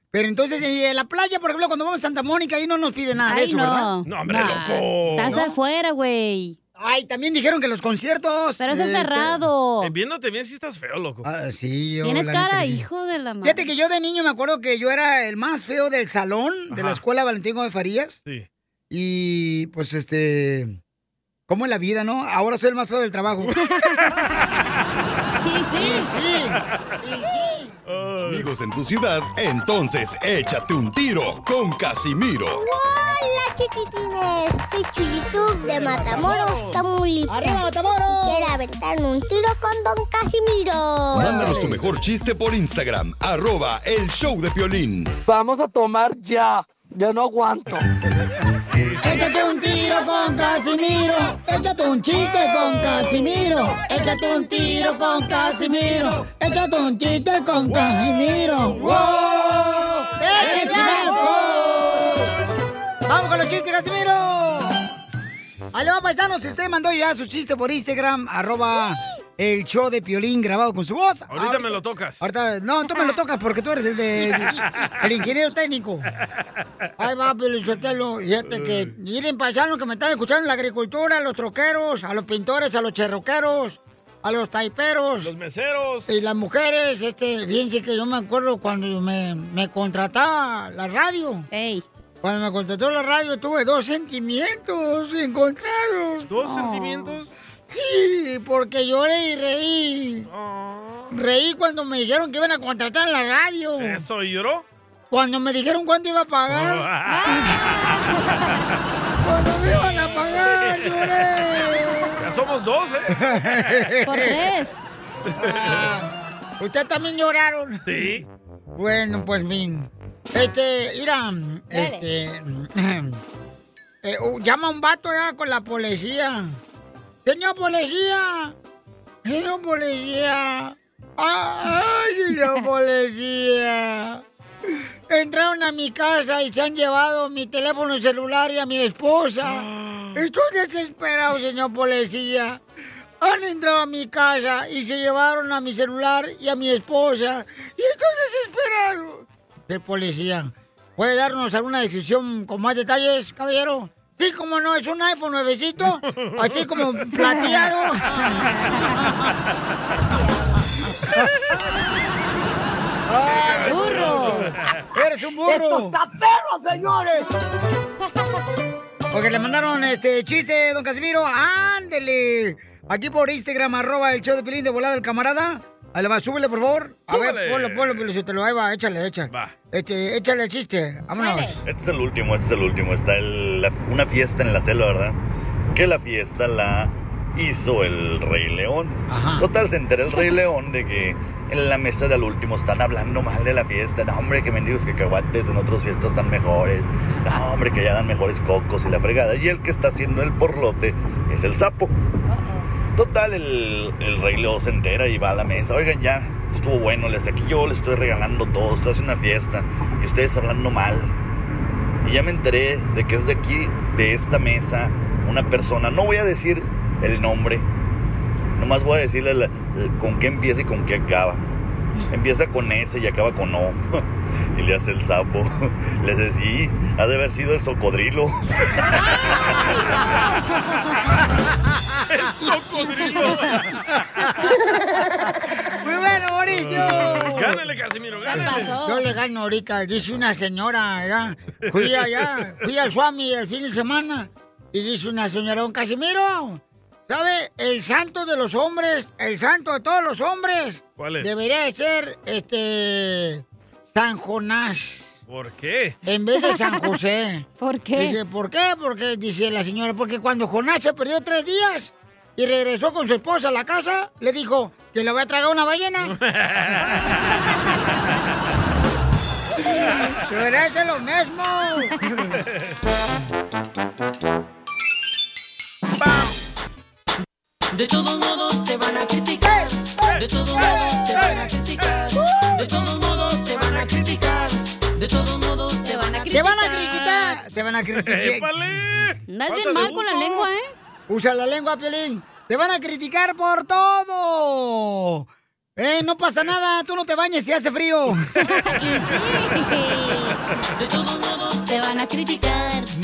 S3: Pero entonces, y en la playa, por ejemplo, cuando vamos a Santa Mónica, ahí no nos piden nada de
S18: Ay,
S3: eso,
S18: no.
S3: ¿verdad?
S18: No, hombre, No. loco. Estás
S3: afuera, güey. Ay, también dijeron que los conciertos...
S18: Pero eso es
S3: este,
S18: cerrado.
S4: Eh, Viéndote bien si estás feo, loco.
S3: Ah, sí, yo,
S18: Tienes
S3: la neta
S18: cara,
S3: que sí.
S18: hijo de la madre.
S3: Fíjate que yo de niño me acuerdo que yo era el más feo del salón de la escuela Valentín de Farías.
S4: Sí.
S3: Y pues este. ¿Cómo es la vida, no? Ahora soy el más feo del trabajo.
S5: Sí, sí,
S8: Amigos en tu ciudad, entonces échate un tiro con Casimiro.
S10: ¡Hola, chiquitines! Soy Chuyitub de Matamoros, Tamaulipas.
S3: ¡Arriba, Matamoros!
S10: Quiero aventarme un tiro con Don Casimiro.
S8: Mándanos tu mejor chiste por Instagram, arroba el show de Piolín.
S17: Vamos a tomar ya. Yo no aguanto.
S3: Échate un tiro con Casimiro. Échate un chiste con Casimiro. Échate un tiro con Casimiro. Échate un chiste con Casimiro. ¡Wow!
S5: ¡Échame
S3: ¡Vamos con los chistes, Casimiro! Ahí le va, paisanos. Si usted mandó ya su chiste por Instagram, arroba el show de Piolín grabado con su voz.
S4: Ahorita me lo tocas.
S3: Ahorita, no, tú me lo tocas porque tú eres el de el ingeniero técnico. Ahí va, Pelichotelo. Fíjate que, miren, paisanos que me están escuchando, la agricultura, a los troqueros, a los pintores, a los cherroqueros, a los taiperos. Los meseros. Y las mujeres, este, fíjense que yo me acuerdo cuando me, me contrataba la radio. Ey. Cuando me contrató la radio tuve dos sentimientos encontrados.
S4: ¿Dos sentimientos?
S3: Sí, porque lloré y reí. Reí cuando me dijeron que iban a contratar en la radio.
S4: ¿Eso y lloró?
S3: Cuando me dijeron cuánto iba a pagar. Cuando me iban a pagar, lloré.
S4: Ya somos dos, ¿eh?
S3: Por tres. Ah, ¿Usted también lloraron?
S4: Sí.
S3: Bueno, pues bien. Este, mira, este. eh, uh, llama a un vato ya con la policía. Señor policía. Señor policía. Ay, señor policía. Entraron a mi casa y se han llevado mi teléfono celular y a mi esposa. Estoy desesperado, señor policía. Han entrado a mi casa y se llevaron a mi celular y a mi esposa. Y estoy desesperado. El policía, ¿puede darnos alguna descripción con más detalles, caballero? Sí, como no, es un iPhone nuevecito, así como plateado.
S10: ¡Ah,
S3: burro! ¡Eres un burro!
S10: ¡Estos
S3: taperos, señores! Porque le mandaron este chiste, don Casimiro. ¡Ándele! Aquí por Instagram, arroba el show de Pilín de volada del camarada. Ahí le va, súbele, por favor. A ver,
S19: Súbele.
S3: ponlo, ponlo, Pelín, si te lo ahí va, échale, échale. Este, échale el chiste, vámonos.
S19: Este es el último, este es el último. Está el- la- una fiesta en la selva, ¿verdad? Que la fiesta la hizo el Rey León. Total, se entera el Rey León de que en la mesa del último están hablando mal de la fiesta. No, hombre, que mendigos cacahuates, en otras fiestas están mejores. No, hombre, que ya dan mejores cocos y la fregada. Y el que está haciendo el porlote es el sapo. Total, el, el rey León se entera y va a la mesa. Oigan, ya, estuvo bueno, les aquí yo les estoy regalando todo, estoy haciendo una fiesta y ustedes hablando mal. Y ya me enteré de que es de aquí, de esta mesa, una persona. No voy a decir el nombre, nomás voy a decirle la- la- con qué empieza y con qué acaba. Empieza con S y acaba con O. Y le hace el sapo. Le dice, sí, ha de haber sido el socodrilo.
S3: Muy bueno, Mauricio.
S4: Gánale, Este Casimiro, gánale.
S3: Yo le gano ahorita, dice una señora, ¿verdad? Fui allá, fui al Swami el fin de semana y dice una señora, don Casimiro, ¿sabe? El santo de los hombres, el santo de todos los hombres.
S4: ¿Cuál es?
S3: Debería de ser, este, San Jonás.
S4: ¿Por qué?
S3: En vez de San José. ¿Por
S4: qué?
S3: Dice, ¿por qué? Porque, dice la señora, porque cuando Jonás se perdió tres días y regresó con su esposa a la casa, le dijo que le voy a tragar una ballena. Debería ser lo mismo.
S10: De todos modos te van a criticar. De todos modos te van a criticar. De todos modos te van a criticar. De todos modos te van a
S3: Te
S10: criticar.
S3: van a criticar. Te van a criticar.
S5: Andas bien mal con la lengua, ¿eh?
S3: Usa la lengua, Piolín. Te van a criticar por todo. Eh, no pasa nada, tú no te bañes si hace frío.
S10: De todos modos te van a criticar.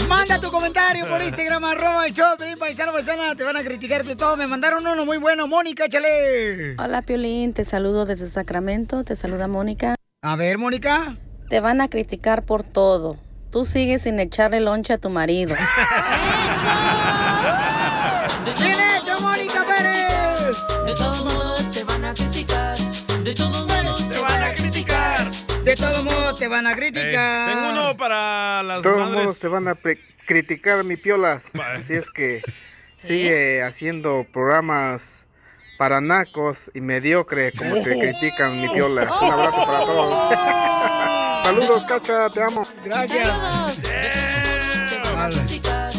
S3: Manda tu comentario por Instagram, arroba el show, de Piolín, paisano, paisana, te van a criticar de todo. Me mandaron uno muy bueno, Mónica, échale.
S15: Hola Piolín, te saludo desde Sacramento, te saluda Mónica.
S3: A ver, Mónica.
S15: Te van a criticar por todo. Tú sigues sin echarle lonche a tu marido.
S3: ¿Quién es? Yo, Mónica Pérez.
S10: De todos modos te van a criticar. De todos modos te van a criticar.
S3: De todos modos te van a
S4: criticar. tengo uno para las
S20: todos
S4: madres.
S20: modos te van a pre- criticar mi piolas. Así es que sigue haciendo programas para nacos y mediocre como te critican mi piolas.
S3: Oh.
S20: Un abrazo para todos. Saludos, Cacha, te amo.
S3: Gracias.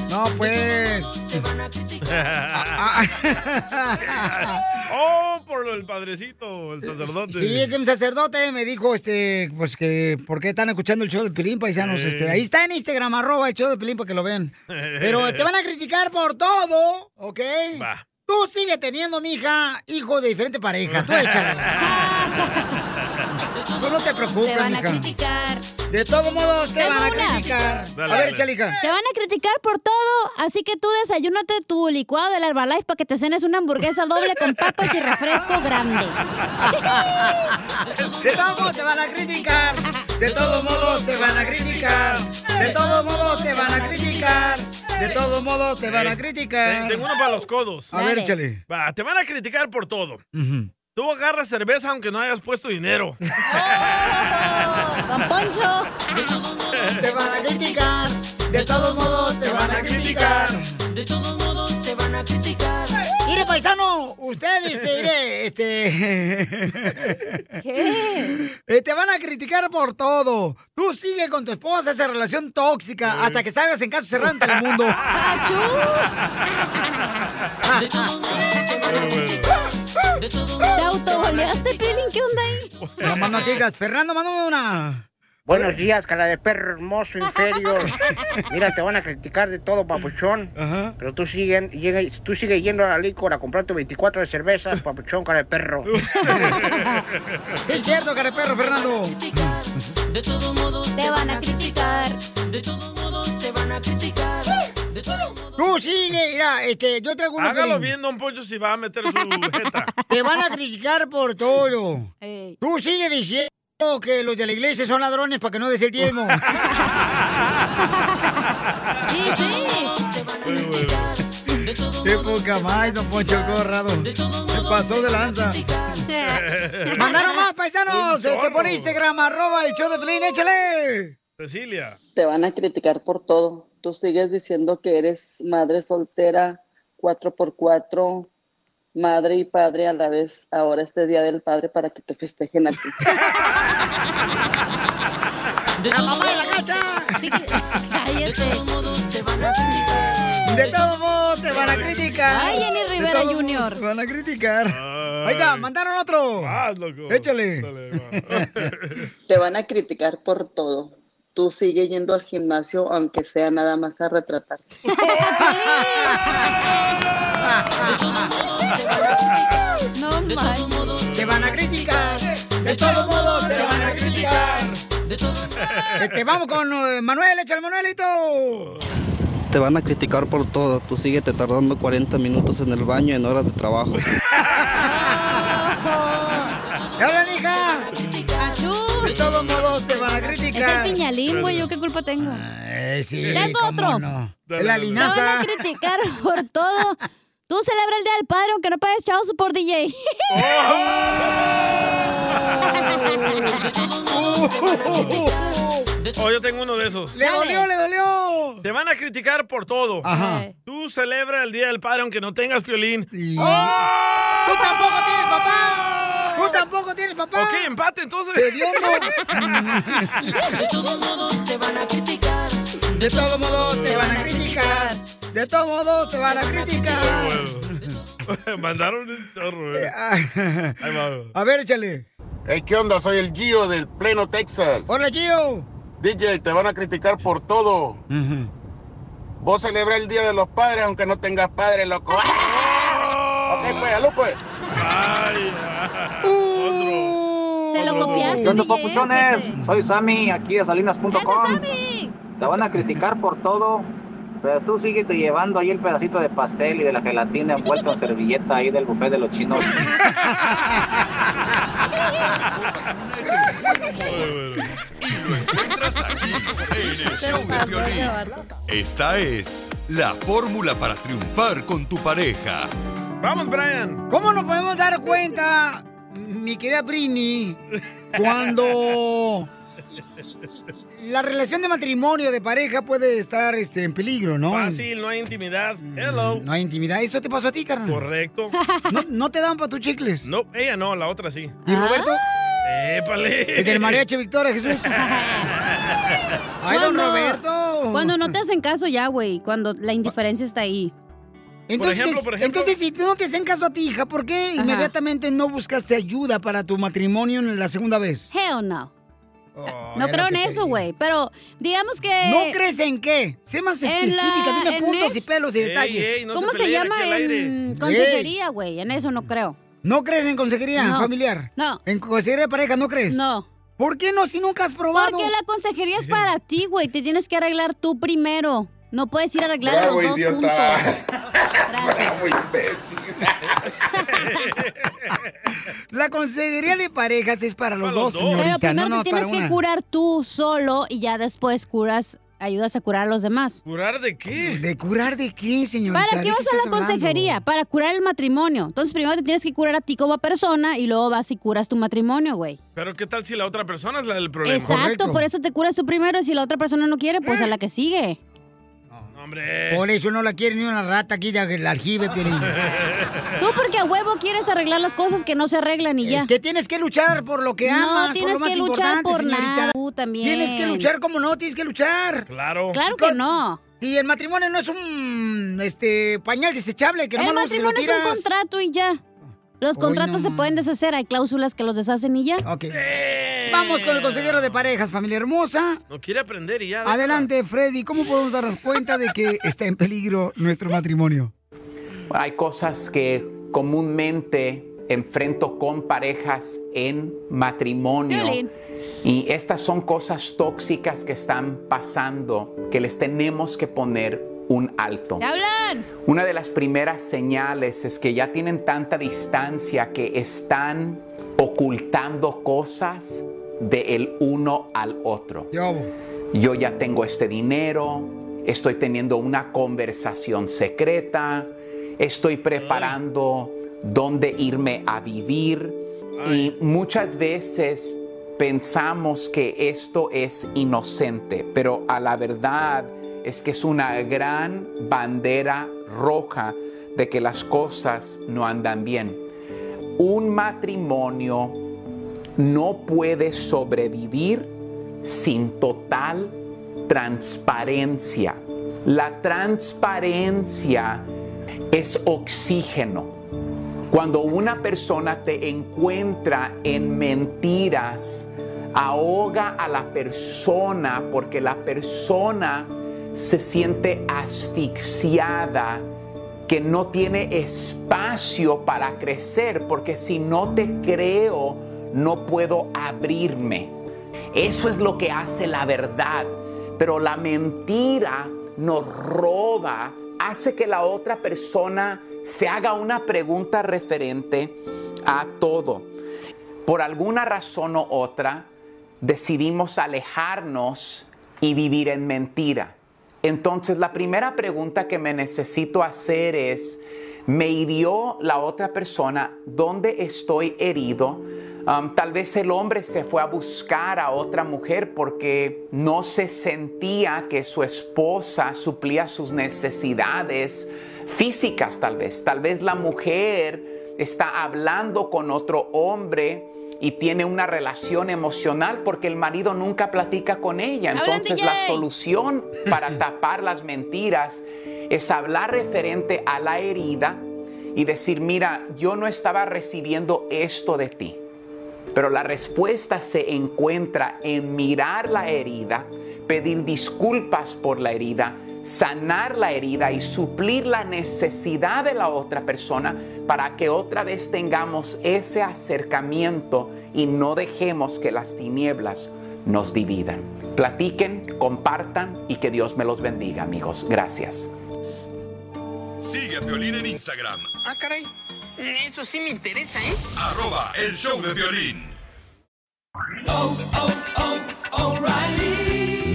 S3: No, pues.
S4: oh, por lo del padrecito, el sacerdote.
S3: Sí, es que un sacerdote me dijo, este, pues que, ¿por qué están escuchando el show de Pilín, paisanos?
S4: Eh.
S3: Este, ahí está en Instagram, arroba el show de Pilín, para que lo vean. Pero te van a criticar por todo, ¿ok?
S4: Va.
S3: Tú sigue teniendo, mija, hijo de diferente pareja. Tú échale. Tú no te preocupes,
S10: Te van a
S3: mija.
S10: criticar.
S3: De todos modos, te
S5: Tengo
S3: van a
S5: una.
S3: criticar. a ver, Chalica.
S5: Te van a criticar por todo, así que tú desayúnate tu licuado del Herbalife para que te cenes una hamburguesa doble con papas y refresco grande.
S3: De todos te van a criticar. De todos modos te van a criticar. De todos modos te van a criticar. De todos modos te van a criticar.
S4: Ten- Eh, Tengo uno para los codos.
S3: A ver, Dale. échale.
S4: Va, te van a criticar por todo. Tú agarras cerveza aunque no hayas puesto dinero.
S5: Poncho.
S3: Te van a criticar. De todos modos te van a criticar.
S10: De todos modos te van a criticar.
S3: Mire, paisano, usted, este, mire, este...
S10: ¿Qué?
S3: Eh, te van a criticar por todo. Tú sigue con tu esposa esa relación tóxica hasta que salgas en caso cerrado en Telemundo.
S10: De todos modos te van a criticar. De todos
S5: ¿Te autoboleaste, Pelín? ¿Qué onda ahí?
S3: No más no digas. Fernando, mándame una.
S17: Buenos días, cara de perro hermoso, en serio. Mira, te van a criticar de todo, papuchón. Pero tú siguen, llegue- tú sigue yendo a la licor a comprarte 24 de cervezas, papuchón, cara de perro.
S3: Sí, es cierto, cara de perro, Fernando.
S10: De todos modos te van a criticar. De todos modos te van a criticar. De todos modos.
S3: Tú sigue, mira, este, yo traigo una.
S4: Hágalo bien, don Poncho, si va a meter su jeta.
S3: Te van a criticar por todo. Tú sigue diciendo que los de la iglesia son ladrones para que no des el diezmo.
S10: Sí,
S3: Qué poca más, don Poncho Corrado. Se pasó de lanza. Mandaron más paisanos
S4: Un
S3: este, por
S4: chorro.
S3: Instagram, arroba el show de Pelín, échale.
S4: Cecilia.
S21: Te van a criticar por todo. Tú sigues diciendo que eres madre soltera, 4x4, madre y padre a la vez. Ahora este Día del Padre para que te festejen a ti.
S3: ¡La mamá de la cacha!
S10: De todos modos te van a criticar.
S3: De todos modos te van a criticar.
S10: Ay, Jenny
S3: De
S10: Rivera
S3: todos
S10: Jr..
S3: modos Te van a criticar. Ahí está, mandaron otro.
S4: Vas, loco.
S3: Échale.
S21: Te van a criticar por todo. Tú sigue yendo al gimnasio aunque sea nada más a retratar.
S10: No De todos modos te van a criticar. De todos modos te van a criticar. De todos
S3: Este, vamos con eh, Manuel, échale Manuelito.
S22: Te van a criticar por todo. Tú síguete tardando 40 minutos en el baño en horas de trabajo.
S3: ¿Qué hablan, hija? De todos modos te van a criticar.
S5: Es el piñalín, güey, ¿yo qué culpa tengo?
S3: Eh, sí,
S5: Tengo
S3: cómo
S5: otro.
S3: no. Es la
S5: Te van
S3: linaza.
S5: a criticar por todo. Tú celebra el Día del Padre aunque no pagues chao por DJ.
S4: Oh, yo tengo uno de esos.
S3: ¡Le dolió, le dolió!
S4: Te van a criticar por todo.
S3: Ajá.
S4: Tú celebra el Día del Padre aunque no tengas violín. ¡Oh!
S3: ¡Tú tampoco tienes papá! ¡Tú tampoco tienes papá!
S4: Ok, empate entonces.
S10: De todos modos te van a criticar.
S3: De todos modos te van a criticar. De todos modos te van a criticar.
S4: Mandaron un chorro, eh. Ahí va.
S3: A ver, échale.
S23: ¿Qué onda? Soy el Gio del Pleno Texas.
S3: Hola, Gio.
S23: DJ, te van a criticar por todo. Vos celebra el Día de los Padres aunque no tengas padre, loco. ok, pues, aló, pues.
S3: Uh.
S5: Se lo copiaste. eh?
S24: ¿Qué onda,
S5: DJ?
S24: papuchones? Soy Sammy, aquí de salinas.com. Te van a criticar por todo, pero tú síguete llevando ahí el pedacito de pastel y de la gelatina envuelto en servilleta ahí del buffet de los chinos.
S8: Encuentras aquí en el show de Piolín. Esta es la fórmula para triunfar con tu pareja.
S4: Vamos, Brian.
S3: ¿Cómo nos podemos dar cuenta, mi querida Brini, cuando la relación de matrimonio, de pareja, puede estar este, en peligro, ¿no?
S4: Fácil, no hay intimidad. Hello.
S3: No hay intimidad. ¿Eso te pasó a ti, carnal?
S4: Correcto.
S3: ¿No, no te dan para tus chicles?
S4: No, ella no, la otra sí. Ah.
S3: ¿Y Roberto?
S4: ¡Épale!
S3: El del mariachi Victoria Jesús. ¡Ay, don
S5: Cuando-
S3: Roberto!
S5: Cuando no te hacen caso ya, güey. Cuando la indiferencia está ahí.
S3: Entonces, entonces, si no te hacen caso a ti, hija, ¿por qué
S5: Ajá.
S3: inmediatamente no buscaste ayuda para tu matrimonio en la segunda vez?
S5: Hell no. No
S3: es
S5: creo
S3: lo
S5: en
S3: que
S5: eso, güey. Pero digamos que.
S3: ¿No crees en qué? Sé más
S5: En la-
S3: específica, dime
S5: en
S3: puntos
S5: es-
S3: y pelos y detalles.
S5: ¿Cómo se, llama en consejería, güey? En eso no creo.
S3: ¿No crees en consejería
S5: No.
S3: familiar?
S5: No.
S3: ¿En consejería de pareja no crees?
S5: No.
S3: ¿Por qué no si nunca has probado?
S5: Porque la consejería es para ti, güey. Te tienes que arreglar tú primero. No puedes ir a arreglar a los dos juntos.
S3: La consejería de parejas es para los dos,
S5: Pero
S3: señorita.
S5: primero
S3: no, no,
S5: te tienes
S3: para
S5: que
S3: una.
S5: curar tú solo y ya después curas, ayudas a curar a los demás.
S4: ¿Curar de qué?
S3: ¿De curar de qué, señorita?
S5: ¿Para qué
S3: ¿De
S5: vas a la
S3: estás hablando?
S5: consejería? Para curar el matrimonio. Entonces primero te tienes que curar a ti como persona y luego vas y curas tu matrimonio, güey.
S4: Pero ¿qué tal si la otra persona es la del problema?
S5: Exacto, por eso te curas tú primero y si la otra persona no quiere, pues a la que sigue.
S3: Por eso no la quiere ni una rata aquí del aljibe, Piolín.
S5: Tú porque a huevo quieres arreglar las cosas que no se arreglan y ya.
S3: Es que tienes que luchar por lo que amas,
S5: No
S3: por
S5: tienes
S3: lo más
S5: que luchar
S3: importante,
S5: por
S3: señorita.
S5: nada. Tú también.
S3: Tienes que luchar, como no, tienes que luchar.
S4: Claro.
S5: Claro que no.
S3: Y el matrimonio no es un este pañal desechable que
S5: El
S3: nomás lo- se lo
S5: matrimonio es un
S3: tiras.
S5: contrato y ya. Los
S3: Hoy
S5: contratos se
S3: no
S5: pueden deshacer, hay cláusulas que los deshacen y ya.
S3: Ok. Vamos con el consejero de parejas, familia hermosa.
S4: No quiere aprender y ya. déjala.
S3: Adelante, Freddy, ¿cómo podemos darnos cuenta de que está en peligro nuestro matrimonio?
S25: Hay cosas que comúnmente enfrento con parejas en matrimonio.
S5: Violín.
S25: Y estas son cosas tóxicas que están pasando, que les tenemos que poner un alto.
S5: ¡Te hablan!
S25: Una de las primeras señales es que ya tienen tanta distancia que están ocultando cosas del uno al otro. Yo ya tengo este dinero, estoy teniendo una conversación secreta, estoy preparando dónde irme a vivir y muchas veces pensamos que esto es inocente, pero a la verdad es que es una gran bandera roja de que las cosas no andan bien. Un matrimonio no puede sobrevivir sin total transparencia. La transparencia es oxígeno. Cuando una persona te encuentra en mentiras, ahoga a la persona porque la persona se siente asfixiada, que no tiene espacio para crecer, porque si no te creo, no puedo abrirme. Eso es lo que hace la verdad. Pero la mentira nos roba, hace que la otra persona se haga una pregunta referente a todo. Por alguna razón u otra, decidimos alejarnos y vivir en mentira. Entonces, la primera pregunta que me necesito hacer es, ¿me hirió la otra persona? ¿Dónde estoy herido? Um, tal vez el hombre se fue a buscar a otra mujer porque no se sentía que su esposa suplía sus necesidades físicas, tal vez. Tal vez la mujer está hablando con otro hombre y tiene una relación emocional porque el marido nunca platica con ella.
S2: Hablan,
S25: Entonces la
S2: DJ.
S25: solución para tapar las mentiras es hablar referente a la herida y decir, mira, yo no estaba recibiendo esto de ti. Pero la respuesta se encuentra en mirar la herida, pedir disculpas por la herida, sanar la herida y suplir la necesidad de la otra persona para que otra vez tengamos ese acercamiento y no dejemos que las tinieblas nos dividan. Platiquen, compartan y que Dios me los bendiga, amigos. Gracias.
S8: Sigue a Piolín en Instagram,
S7: Ah, caray. Eso sí me interesa, ¿eh?
S8: arroba el show de violín.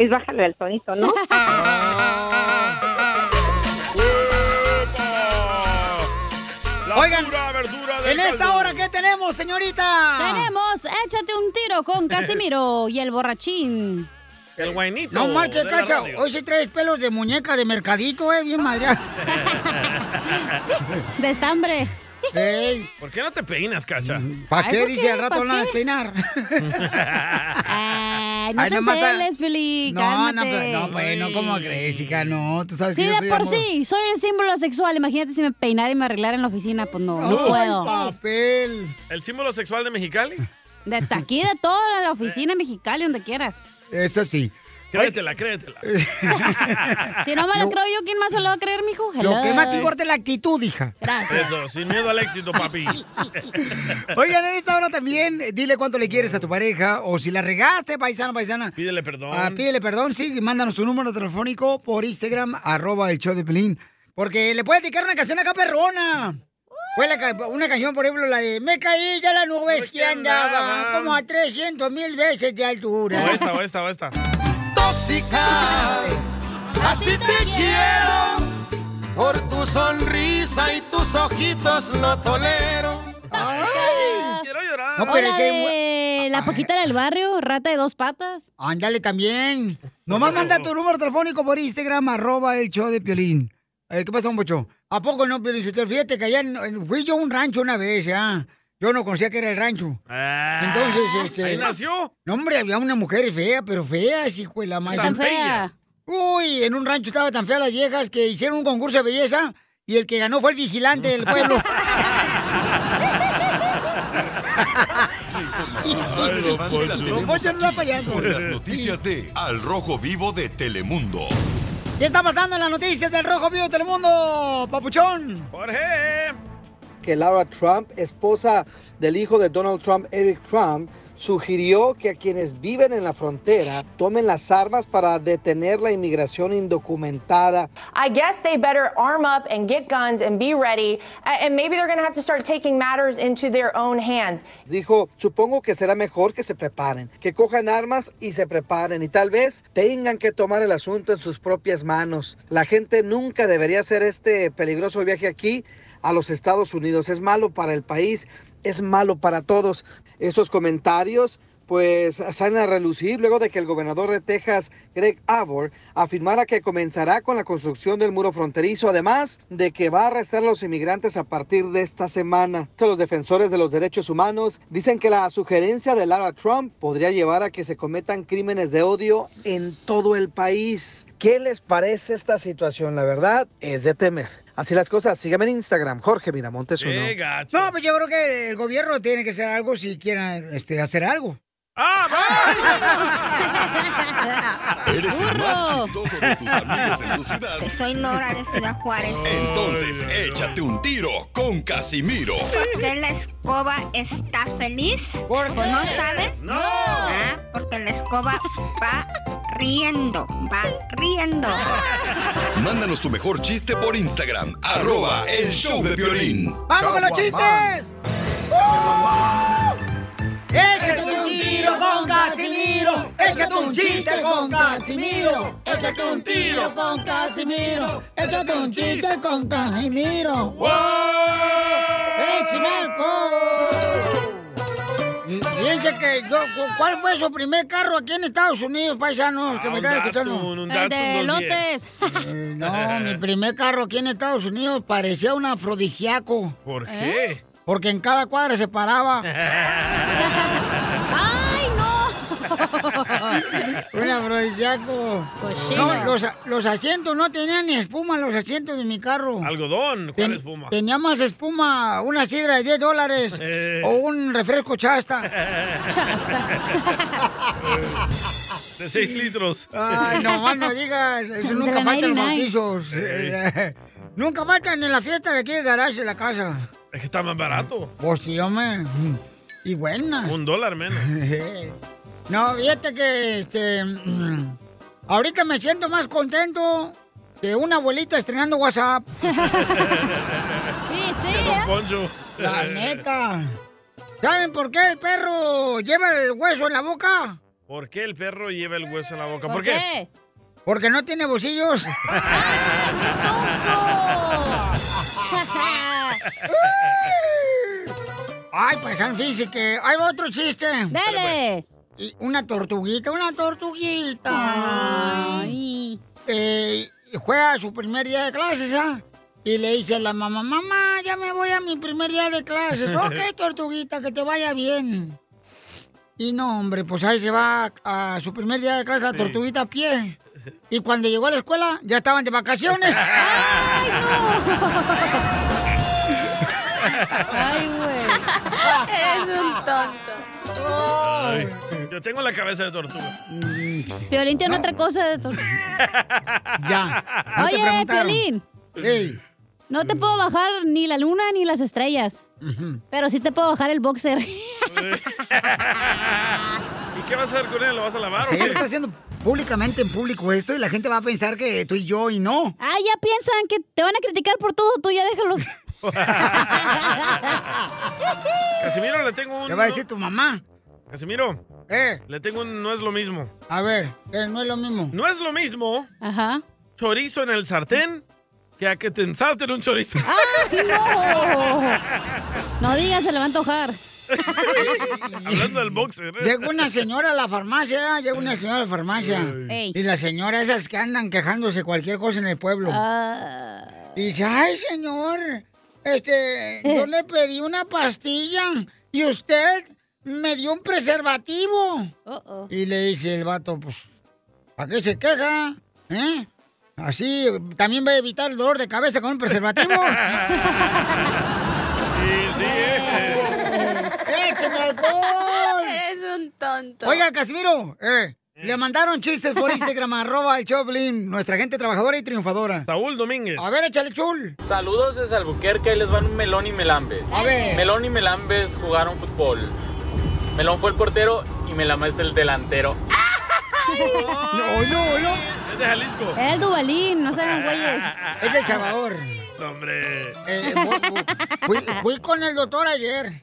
S13: Es bájale al tonito, ¿no?
S4: La
S3: Oigan,
S4: pura verdura de
S3: En esta hora, ¿qué tenemos, señorita?
S5: Tenemos, échate un tiro con Casimiro y el borrachín.
S4: El guainito.
S3: No marches,
S4: de la
S3: cacha.
S4: radio.
S3: Hoy sí traes pelos de muñeca de mercadito, eh, bien madreada.
S5: Ah, De estambre.
S3: Ey.
S4: ¿Por qué no te peinas, Cacha?
S3: ¿Para Mm, qué dice al rato van a despeinar?
S5: Ay, no
S3: Ay,
S5: te
S3: nomás a-
S5: celes, Pili,
S3: No, no,
S5: cálmate.
S3: no, pues no, como crees, hija, no. Tú sabes
S5: Sí,
S3: que yo
S5: de
S3: soy
S5: por
S3: amor-
S5: sí, soy el símbolo sexual. Imagínate si me peinara y me arreglara en la oficina, pues no, no,
S4: No.
S5: puedo.
S4: Ay,
S3: papel.
S4: ¿El símbolo sexual de Mexicali?
S5: De hasta aquí, de toda la oficina mexicana, donde quieras.
S3: Eso sí.
S4: Créetela, créetela.
S5: Si no me lo creo yo, ¿quién más se lo va a creer, mijo?
S3: Lo
S5: Hello.
S3: que más importa es la actitud, hija.
S5: Gracias.
S4: Eso, sin miedo al éxito, papi.
S3: Oigan, en esta hora también, eh, dile cuánto le quieres a tu pareja o si la regaste, paisano, paisana.
S4: Pídele perdón.
S3: Ah, pídele perdón, sí, y mándanos tu número telefónico por Instagram, arroba el show de Pelín. Porque le puedes dedicar una canción acá, perrona. Fue la ca- una canción, por ejemplo, la de Me caí ya la nube es que andaba
S4: andaba.
S3: como a 300 mil veces de altura.
S4: O esta, o esta, o esta.
S7: Tóxica, así te quiero. Por tu sonrisa y tus ojitos lo tolero.
S4: Quiero llorar.
S3: No, pero
S5: O
S3: es
S5: la
S3: que-
S5: de la paquita del barrio, rata de dos patas.
S3: Ándale también. Nomás manda tu número telefónico por Instagram, arroba el show de Piolín. Eh, ¿Qué pasa, un bocho? ¿A poco no, Piolín? Sotelo? Fíjate que allá en- en- fui yo a un rancho una vez, ya. Yo no conocía que era el rancho. Entonces, este...
S4: Ah. ¿Ahí nació?
S3: No, hombre, había una mujer fea, pero fea, hijo de la madre.
S4: Tan fea.
S3: Uy, en un rancho estaba tan fea las viejas que hicieron un concurso de belleza y el que ganó fue el vigilante del pueblo.
S8: Información más relevante la
S3: Don
S8: tenemos
S3: Poncho pues, no da payaso.
S8: con las noticias de Al Rojo Vivo de Telemundo.
S3: ¿Qué está pasando en las noticias del Rojo Vivo de Telemundo, papuchón?
S4: Jorge.
S6: que Laura Trump, esposa del hijo de Donald Trump, Eric Trump, sugirió que a quienes viven en la frontera tomen las armas para detener la inmigración indocumentada.
S11: I guess they better arm up and get guns and be ready. A- And maybe they're going to have to start taking matters into their own hands.
S6: Dijo, supongo que será mejor que se preparen, que cojan armas y se preparen y tal vez tengan que tomar el asunto en sus propias manos. La gente nunca debería hacer este peligroso viaje aquí a los Estados Unidos. Es malo para el país, es malo para todos. Estos comentarios pues salen a relucir luego de que el gobernador de Texas, Greg Abbott, afirmara que comenzará con la construcción del muro fronterizo, además de que va a arrestar a los inmigrantes a partir de esta semana. Los defensores de los derechos humanos dicen que la sugerencia de Lara Trump podría llevar a que se cometan crímenes de odio en todo el país. ¿Qué les parece esta situación? La verdad es de temer. Así las cosas, síganme en Instagram, Jorge Miramontes uno.
S3: No, pues yo creo que el gobierno tiene que hacer algo si quieren este, hacer algo.
S4: Ah,
S8: Eres el más chistoso de tus amigos en tu ciudad.
S12: Soy Nora de Ciudad Juárez.
S8: Entonces, échate un tiro con Casimiro.
S12: ¿Por qué la escoba está feliz? ¿O no saben? No. Ah, porque la escoba va riendo, va riendo.
S8: Mándanos tu mejor chiste por Instagram, arroba el show de violín.
S3: ¡Vamos con los chistes!
S26: Échate un tiro con Casimiro. Échate un chiste con Casimiro. Échate un tiro con Casimiro.
S3: Échate un chiste con Casimiro.
S26: ¡Wow!
S3: ¡Échame alcohol! Y- Fíjense que yo, cu- ¿cuál fue su primer carro aquí en Estados Unidos, paisanos? Que
S26: Ah,
S3: me
S26: un
S3: están
S26: Datsun,
S3: escuchando.
S26: un El Datsun de 210.
S3: Eh, no, mi primer carro aquí en Estados Unidos parecía un afrodisíaco.
S26: ¿Eh?
S4: ¿Por qué?
S3: Porque en cada cuadra se paraba.
S26: ¡Ay, no!
S3: Un afrodisíaco.
S4: Pues
S3: No, los, los asientos no tenían ni espuma los asientos de mi carro.
S4: Algodón, ¿cuál
S3: Ten-
S4: espuma?
S3: Tenía más espuma una sidra de 10 dólares
S4: Eh.
S3: o un refresco chasta.
S4: De 6 litros.
S3: Ay, no, más no digas. Eso
S4: De
S3: nunca
S4: la
S3: falta en los
S4: 99.
S3: bautizos.
S4: Ey.
S3: nunca faltan en la fiesta de aquí del garage de la casa.
S4: Es que está más barato.
S3: Pues sí, hombre. Y buena.
S4: Un dólar menos.
S3: No, fíjate que este, ahorita me siento más contento que una abuelita estrenando WhatsApp.
S26: Sí, sí,
S4: Poncho.
S3: La neta. ¿Saben por qué el perro lleva el hueso en la boca?
S4: ¿Por qué el perro lleva el hueso en la boca? ¿Por, qué?
S3: Porque no tiene bolsillos. Ay, pues fíjense que hay otro chiste. pues.
S5: Dale.
S3: Y una tortuguita, una tortuguita. Ay. Eh, juega su primer día de clases, ¿ah? Y le dice a la mamá, mamá, ya me voy a mi primer día de clases. ok, tortuguita, que te vaya bien. Y no, hombre, pues ahí se va a, a su primer día de clases la
S10: Sí.
S3: tortuguita a pie. Y cuando llegó a la escuela, ya estaban de vacaciones. ¡Ay,
S10: Ay, güey. Eres un tonto.
S4: Ay, yo tengo la cabeza de tortuga.
S3: Mm.
S5: Piolín tiene otra cosa de tor-
S3: Ya.
S5: Oye, Piolín.
S3: Ey.
S5: No te puedo bajar ni la luna ni las estrellas. Pero sí te puedo bajar el boxer.
S4: ¿Y qué vas a hacer con él? ¿Lo vas a lavar
S3: Sí,
S4: o
S3: lo
S4: qué?
S3: está haciendo públicamente en público esto y la gente va a pensar que tú y yo y no.
S5: Ah, ya piensan que te van a criticar por todo, tú ya déjalos.
S4: Casimiro, le tengo un.
S3: Le va a decir tu mamá.
S4: Casimiro.
S3: Eh.
S4: Le tengo un. No es lo mismo.
S3: A ver, eh, no es lo mismo.
S4: No es lo mismo.
S5: Ajá.
S4: Chorizo en el sartén que a que te ensarten un chorizo. Ah.
S5: No digas, se le va a antojar.
S4: Hablando del boxer. ¿eh?
S3: Llega una señora a la farmacia, llega una señora a la farmacia.
S5: Ey.
S3: Y la señora, esas que andan quejándose cualquier cosa en el pueblo.
S5: Ah.
S3: Y dice, ay señor, este,
S5: Eh.
S3: yo le pedí una pastilla y usted me dio un preservativo.
S5: Oh,
S3: Y le dice el vato, pues, ¿para qué se queja? ¿Eh? Así también va a evitar el dolor de cabeza con un preservativo. ¡Écheme alcohol!
S10: Eres un tonto.
S3: Oiga, Casimiro, eh,
S4: Mm.
S3: le mandaron chistes por Instagram, arroba el Choplin, nuestra gente trabajadora y triunfadora.
S4: Saúl Domínguez.
S3: A ver, échale chul.
S16: Saludos desde Albuquerque, ahí les van Melón y Melambes.
S3: A ver.
S16: Melón y Melambes jugaron fútbol. Melón fue el portero y Melambes el delantero.
S3: No, no, no.
S4: Es de Jalisco.
S5: Era el Dubalín, no se hagan güeyes.
S3: Es del Salvador.
S4: No, hombre.
S3: Eh, fu- fu- fui, fui con el doctor ayer.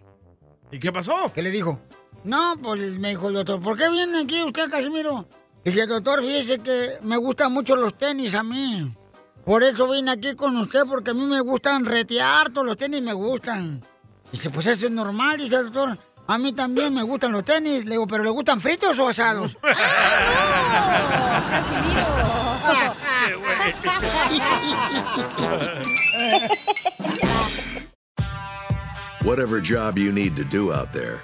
S4: ¿Y qué pasó?
S3: ¿Qué le dijo? No, pues me dijo el doctor, ¿por qué viene aquí usted, Casimiro? Dije, doctor, fíjese que me gustan mucho los tenis a mí. Por eso vine aquí con usted, porque a mí me gustan retear, todos los tenis me gustan. Dice, pues eso es normal, dice el doctor. A mí también me gustan los tenis. Le digo, ¿pero le gustan fritos o asados?
S1: Whatever job you need to do out there,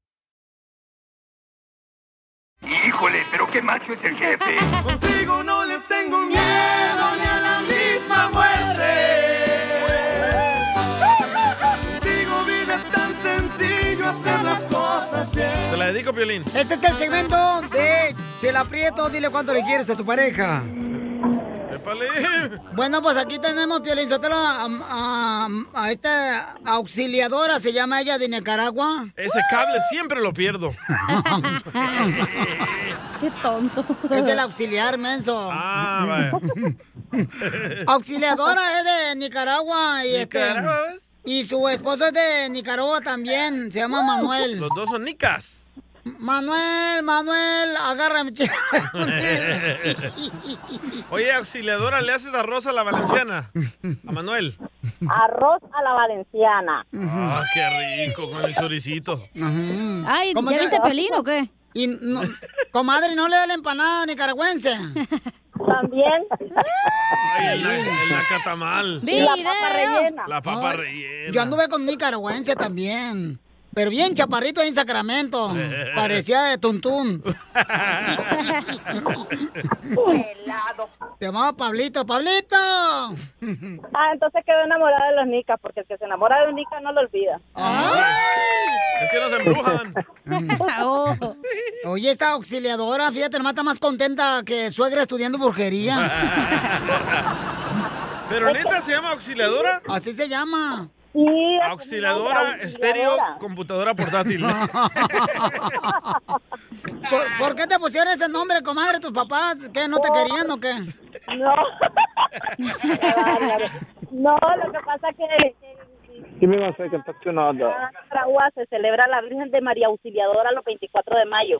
S19: Híjole, pero qué macho es el jefe.
S10: Contigo no le tengo miedo ni a la misma muerte. Contigo vida es tan sencillo hacer las cosas bien.
S4: Te la dedico, Piolín.
S3: Este es el segmento de El Aprieto. Dile cuánto le quieres a tu pareja.
S4: Épale.
S3: Bueno, pues aquí tenemos, Piolín Sotelo, a, a- a esta auxiliadora, se llama ella, de Nicaragua.
S4: Ese cable siempre lo pierdo.
S3: Qué tonto. Es el auxiliar, menso.
S4: Ah, vaya.
S3: Auxiliadora es de Nicaragua y este-
S4: Nicaragua.
S3: Y su esposo es de Nicaragua también, se llama Manuel.
S4: Los dos son nicas.
S3: Manuel, Manuel, agárrame. ch-
S4: Oye, auxiliadora, ¿le haces arroz a la valenciana? A Manuel.
S13: Arroz a la valenciana.
S4: Ah, qué rico con el choricito.
S5: Ay,
S3: ¿Cómo
S5: ¿ya
S3: se-
S5: viste Pelín o qué?
S3: Y no- comadre, ¿no le da la empanada nicaragüense?
S13: También.
S4: Ay, la, la catamal.
S3: Y la papa rellena.
S4: La papa
S3: Ay,
S4: rellena.
S3: Yo anduve con un nicaragüense también. Pero bien chaparrito ahí en Sacramento. Parecía de Tuntún. Te llamaba Pablito. ¡Pablito!
S13: Ah, entonces quedó enamorada de los nicas, porque el que se enamora de un nica no lo olvida.
S3: Ah.
S4: Es que nos embrujan.
S3: Oye, esta auxiliadora, fíjate, nomás está más contenta que suegra estudiando brujería.
S4: Pero neta se llama auxiliadora.
S3: Así se llama.
S4: Auxiliadora estéreo computadora portátil.
S3: ¿Por, por qué te pusieron ese nombre, comadre, tus papás? ¿Qué, no te querían o qué?
S13: No. No, lo que pasa es que en Nicaragua se celebra la Virgen de María Auxiliadora los 24 de mayo.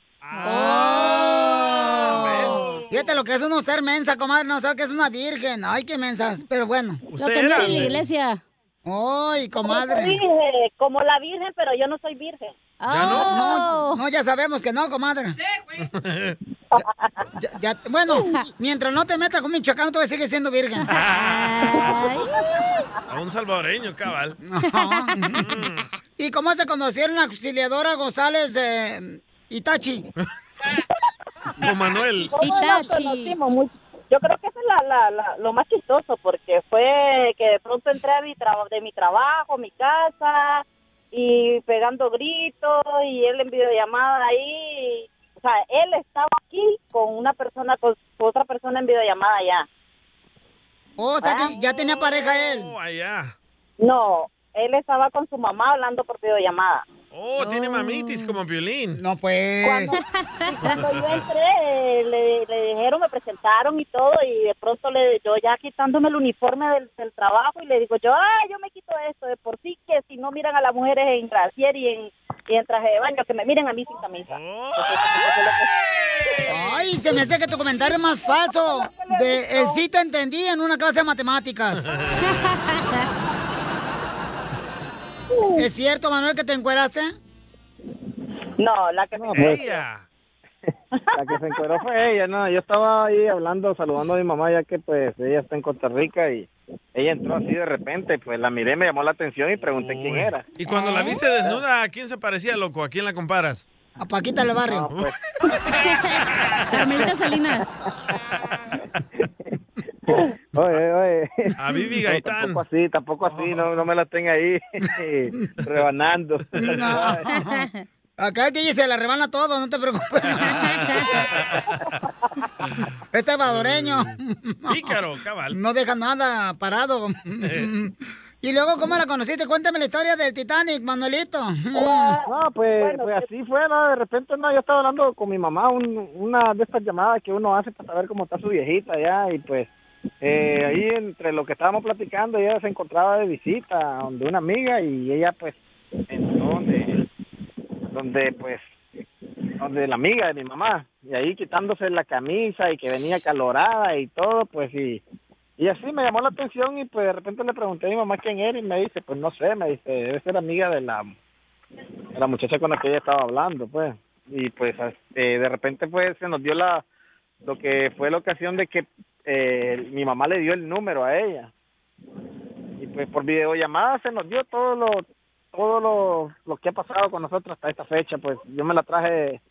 S3: Fíjate lo que es uno ser mensa, comadre, no sabe que es una virgen. Ay, qué mensas, pero bueno.
S13: Lo que era. mira en la
S3: iglesia. Ay,
S13: Como te
S3: comadre.
S13: dije, este, como la Virgen, pero yo no soy virgen.
S3: ¿Ya no?
S13: Oh.
S3: No, no, ya sabemos que no, comadre. Ya- ya- bueno, mientras no te metas con Michoacán, todavía sigues siendo virgen.
S4: A un salvadoreño, cabal.
S3: ¿Y cómo se conocieron la auxiliadora González eh, Itachi?
S4: Con Manuel.
S13: ¿Cómo nos conocimos? Muy- Yo creo que eso es la- la- la- lo más chistoso, porque fue que de pronto entré a mi traba- de mi trabajo, mi casa, y pegando gritos, y él en videollamada ahí. O sea, él estaba aquí con una persona, con otra persona en videollamada allá.
S3: Oh,
S13: Ah.
S3: o sea, que ya tenía pareja él.
S4: allá.
S13: No, él estaba con su mamá hablando por videollamada.
S4: Oh, tiene mamitis como violín.
S3: No, pues.
S13: Cuando yo entré, eh, le, le dijeron, me presentaron y todo, y de pronto le, yo ya quitándome el uniforme del, del trabajo, y le digo yo, ay, yo me quito esto, de por sí que si no miran a las mujeres en brasier y en, y en traje de baño, que me miren a mí sin camisa.
S3: Ay, se me hace que tu comentario es más falso. De el sí te entendí en una clase de matemáticas. ¿Es cierto, Manuel, que te encueraste?
S13: No, la que me
S17: La que se encueró fue ella, no, yo estaba ahí hablando, saludando a mi mamá, ya que pues ella está en Costa Rica y ella entró así de repente, pues la miré, me llamó la atención y pregunté quién era.
S4: Pues, Y cuando
S17: Ah.
S4: la viste desnuda, ¿a quién se parecía, loco? ¿A quién la comparas?
S3: A Paquita del Barrio.
S17: pues.
S5: Carmelita Salinas.
S17: Oye, oye.
S4: A Vivi
S17: No,
S4: Gaitán.
S17: tampoco así, tampoco así, no, no me la tenga ahí rebanando.
S3: Acá el DJ se la rebana todo, no te preocupes. es salvadoreño.
S4: Pícaro, cabal.
S3: No deja nada parado. y luego, ¿cómo la conociste? Cuéntame la historia del Titanic, Manuelito.
S17: No, pues, pues así fue, ¿no? de repente no, yo estaba hablando con mi mamá, un- una de estas llamadas que uno hace para saber cómo está su viejita ya, y pues eh, ahí entre lo que estábamos platicando, ella se encontraba de visita donde una amiga y ella pues entró donde, donde pues, donde la amiga de mi mamá, y ahí quitándose la camisa y que venía calorada y todo, pues y... Y así me llamó la atención y pues de repente le pregunté a mi mamá quién era y me dice, pues no sé, me dice, debe ser amiga de la la muchacha con la que ella estaba hablando, pues. Y pues eh, de repente pues se nos dio la lo que fue la ocasión de que eh, mi mamá le dio el número a ella. Y pues por videollamada se nos dio todo lo todo lo, lo que ha pasado con nosotros hasta esta fecha, pues yo me la traje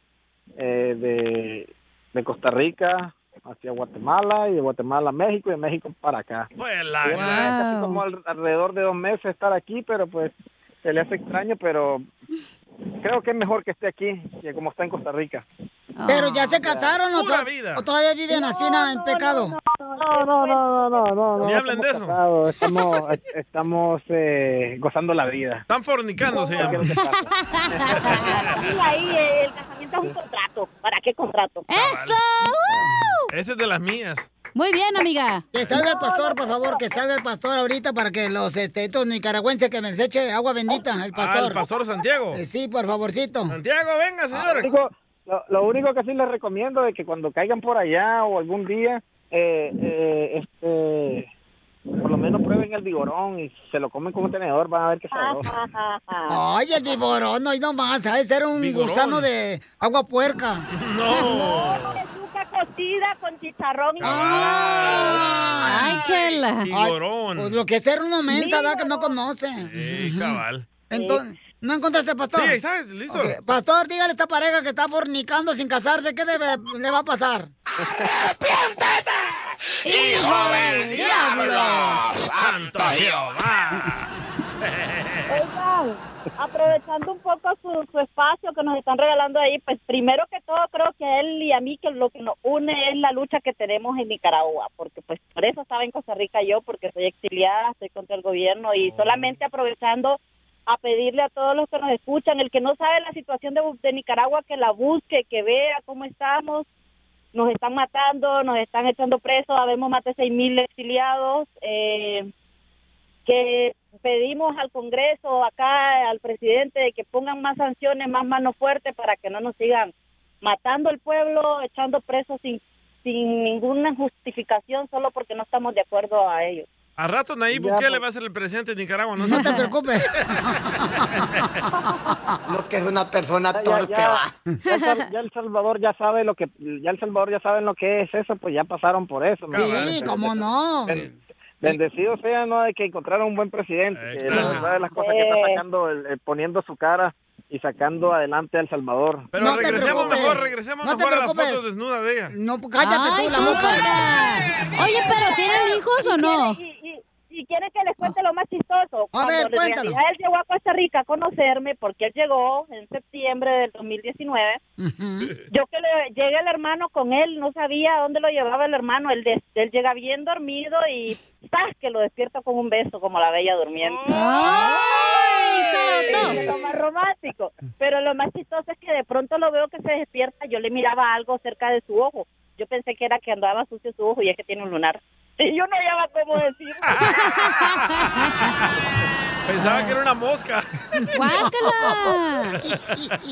S17: eh, de, de Costa Rica hacia Guatemala y de Guatemala a México y de México para acá.
S4: Vuela.
S17: Yo tenía casi como al- alrededor de dos meses estar aquí, pero pues se le hace extraño, pero creo que es mejor que esté aquí que como está en Costa Rica.
S3: Pero ya se casaron o, to- o todavía viven así na- en pecado.
S17: No, no, no, no, no, no. no, estamos casados, Estamos, estamos eh, gozando la vida.
S4: Están fornicando, se llama.
S13: Y ahí eh, el casamiento es un contrato. ¿Para qué contrato?
S5: ¡Eso!
S4: Este es de las mías.
S3: Muy bien, amiga. Que salga el pastor, por favor, que salga el pastor ahorita para que los este, estos nicaragüenses que me eche agua bendita, el pastor.
S4: Ah, el pastor Santiago.
S3: Eh, sí, por favorcito. Ah,
S4: Santiago, venga,
S17: Lo único, lo, lo único que sí les recomiendo es que cuando caigan por allá o algún día, eh, eh, este, por lo menos prueben el el vigorón y se lo comen con un tenedor, van a ver qué sabroso.
S3: Ay, el viborón, no, y no más, ha de ser un
S17: Vigorón.
S3: gusano de agua puerca.
S10: No.
S13: Pechuga cocida con chicharrón y...
S3: Ay, chela.
S4: vigorón.
S3: Pues lo que es ser una mensa, ¿verdad? Que no conoce.
S4: Sí, cabal.
S3: Entonces, ¿no encontraste, pastor?
S4: Eh, Sí, ahí está, listo.
S3: Ok, Pastor, dígale a esta pareja que está fornicando sin casarse, ¿qué debe- le va a pasar?
S10: ¡Hijo del diablo!
S4: ¡Santo Jehová!
S13: Oigan, aprovechando un poco su, su espacio que nos están regalando ahí, pues primero que todo creo que a él y a mí que lo que nos une es la lucha que tenemos en Nicaragua, porque pues por eso estaba en Costa Rica yo, porque soy exiliada, estoy contra el gobierno y solamente aprovechando a pedirle a todos los que nos escuchan, el que no sabe la situación de, de Nicaragua, que la busque, que vea cómo estamos, nos están matando, nos están echando presos, habemos más de 6.000 exiliados, eh, que pedimos al Congreso, acá al presidente, de que pongan más sanciones, más mano fuerte para que no nos sigan matando al pueblo, echando presos sin, sin ninguna justificación, solo porque no estamos de acuerdo a ellos.
S4: A rato Nayib
S13: Ya,
S4: Bukele
S13: pues.
S4: va a ser el presidente de Nicaragua, ¿no?
S3: No te preocupes.
S17: Lo que es una persona
S4: torpe, va.
S17: Ya, El Sal- ya el Salvador ya sabe lo que ya el Salvador ya saben lo que es eso, pues ya pasaron por eso. ¿me
S3: Sí,
S17: entiendes?
S3: cómo no.
S17: Ben- Bendecidos sean ¿no? de que encontraron un buen presidente, que la verdad de las cosas que está sacando, el- el- poniendo su cara y sacando adelante a El Salvador.
S4: Pero
S17: no
S4: regresemos
S17: preocupes.
S4: mejor, regresemos
S17: No te
S4: mejor a las
S17: preocupes.
S4: fotos desnudas de ella.
S3: No,
S5: Ay, tú, gorda. Oye, pero ¿tienen hijos o no?
S13: Y, y, y quiere que les cuente lo más chistoso.
S5: A ver,
S13: Cuando en
S5: cuéntalo.
S13: realidad él llegó a Costa Rica a conocerme porque él llegó en septiembre del 2019. Yo que le, llegué el hermano con él, no sabía a dónde lo llevaba el hermano. Él, des- él llega bien dormido y ¡zas! que lo despierta con un beso como la bella durmiente. Es lo más romántico. Pero lo más chistoso es que de pronto lo veo que se despierta. Yo le miraba algo cerca de su ojo. Yo pensé que era que andaba sucio su ojo y es que tiene un lunar. Y yo no hallaba cómo decir.
S4: Pensaba que era una mosca.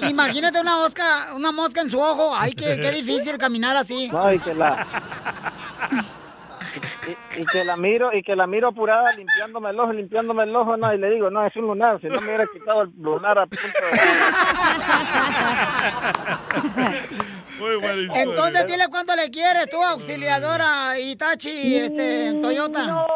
S3: Imagínate una mosca, una mosca en su ojo. Ay, qué, qué difícil caminar así.
S17: No, y que la. Y, y que la miro, y que la miro apurada limpiándome el ojo, limpiándome el ojo, no, y le digo, no, es un lunar, si no me hubiera quitado el lunar a punto
S4: Muy buena historia.
S3: Entonces dile cuánto le quieres tú, auxiliadora Itachi, este, Toyota.
S13: Mm, No,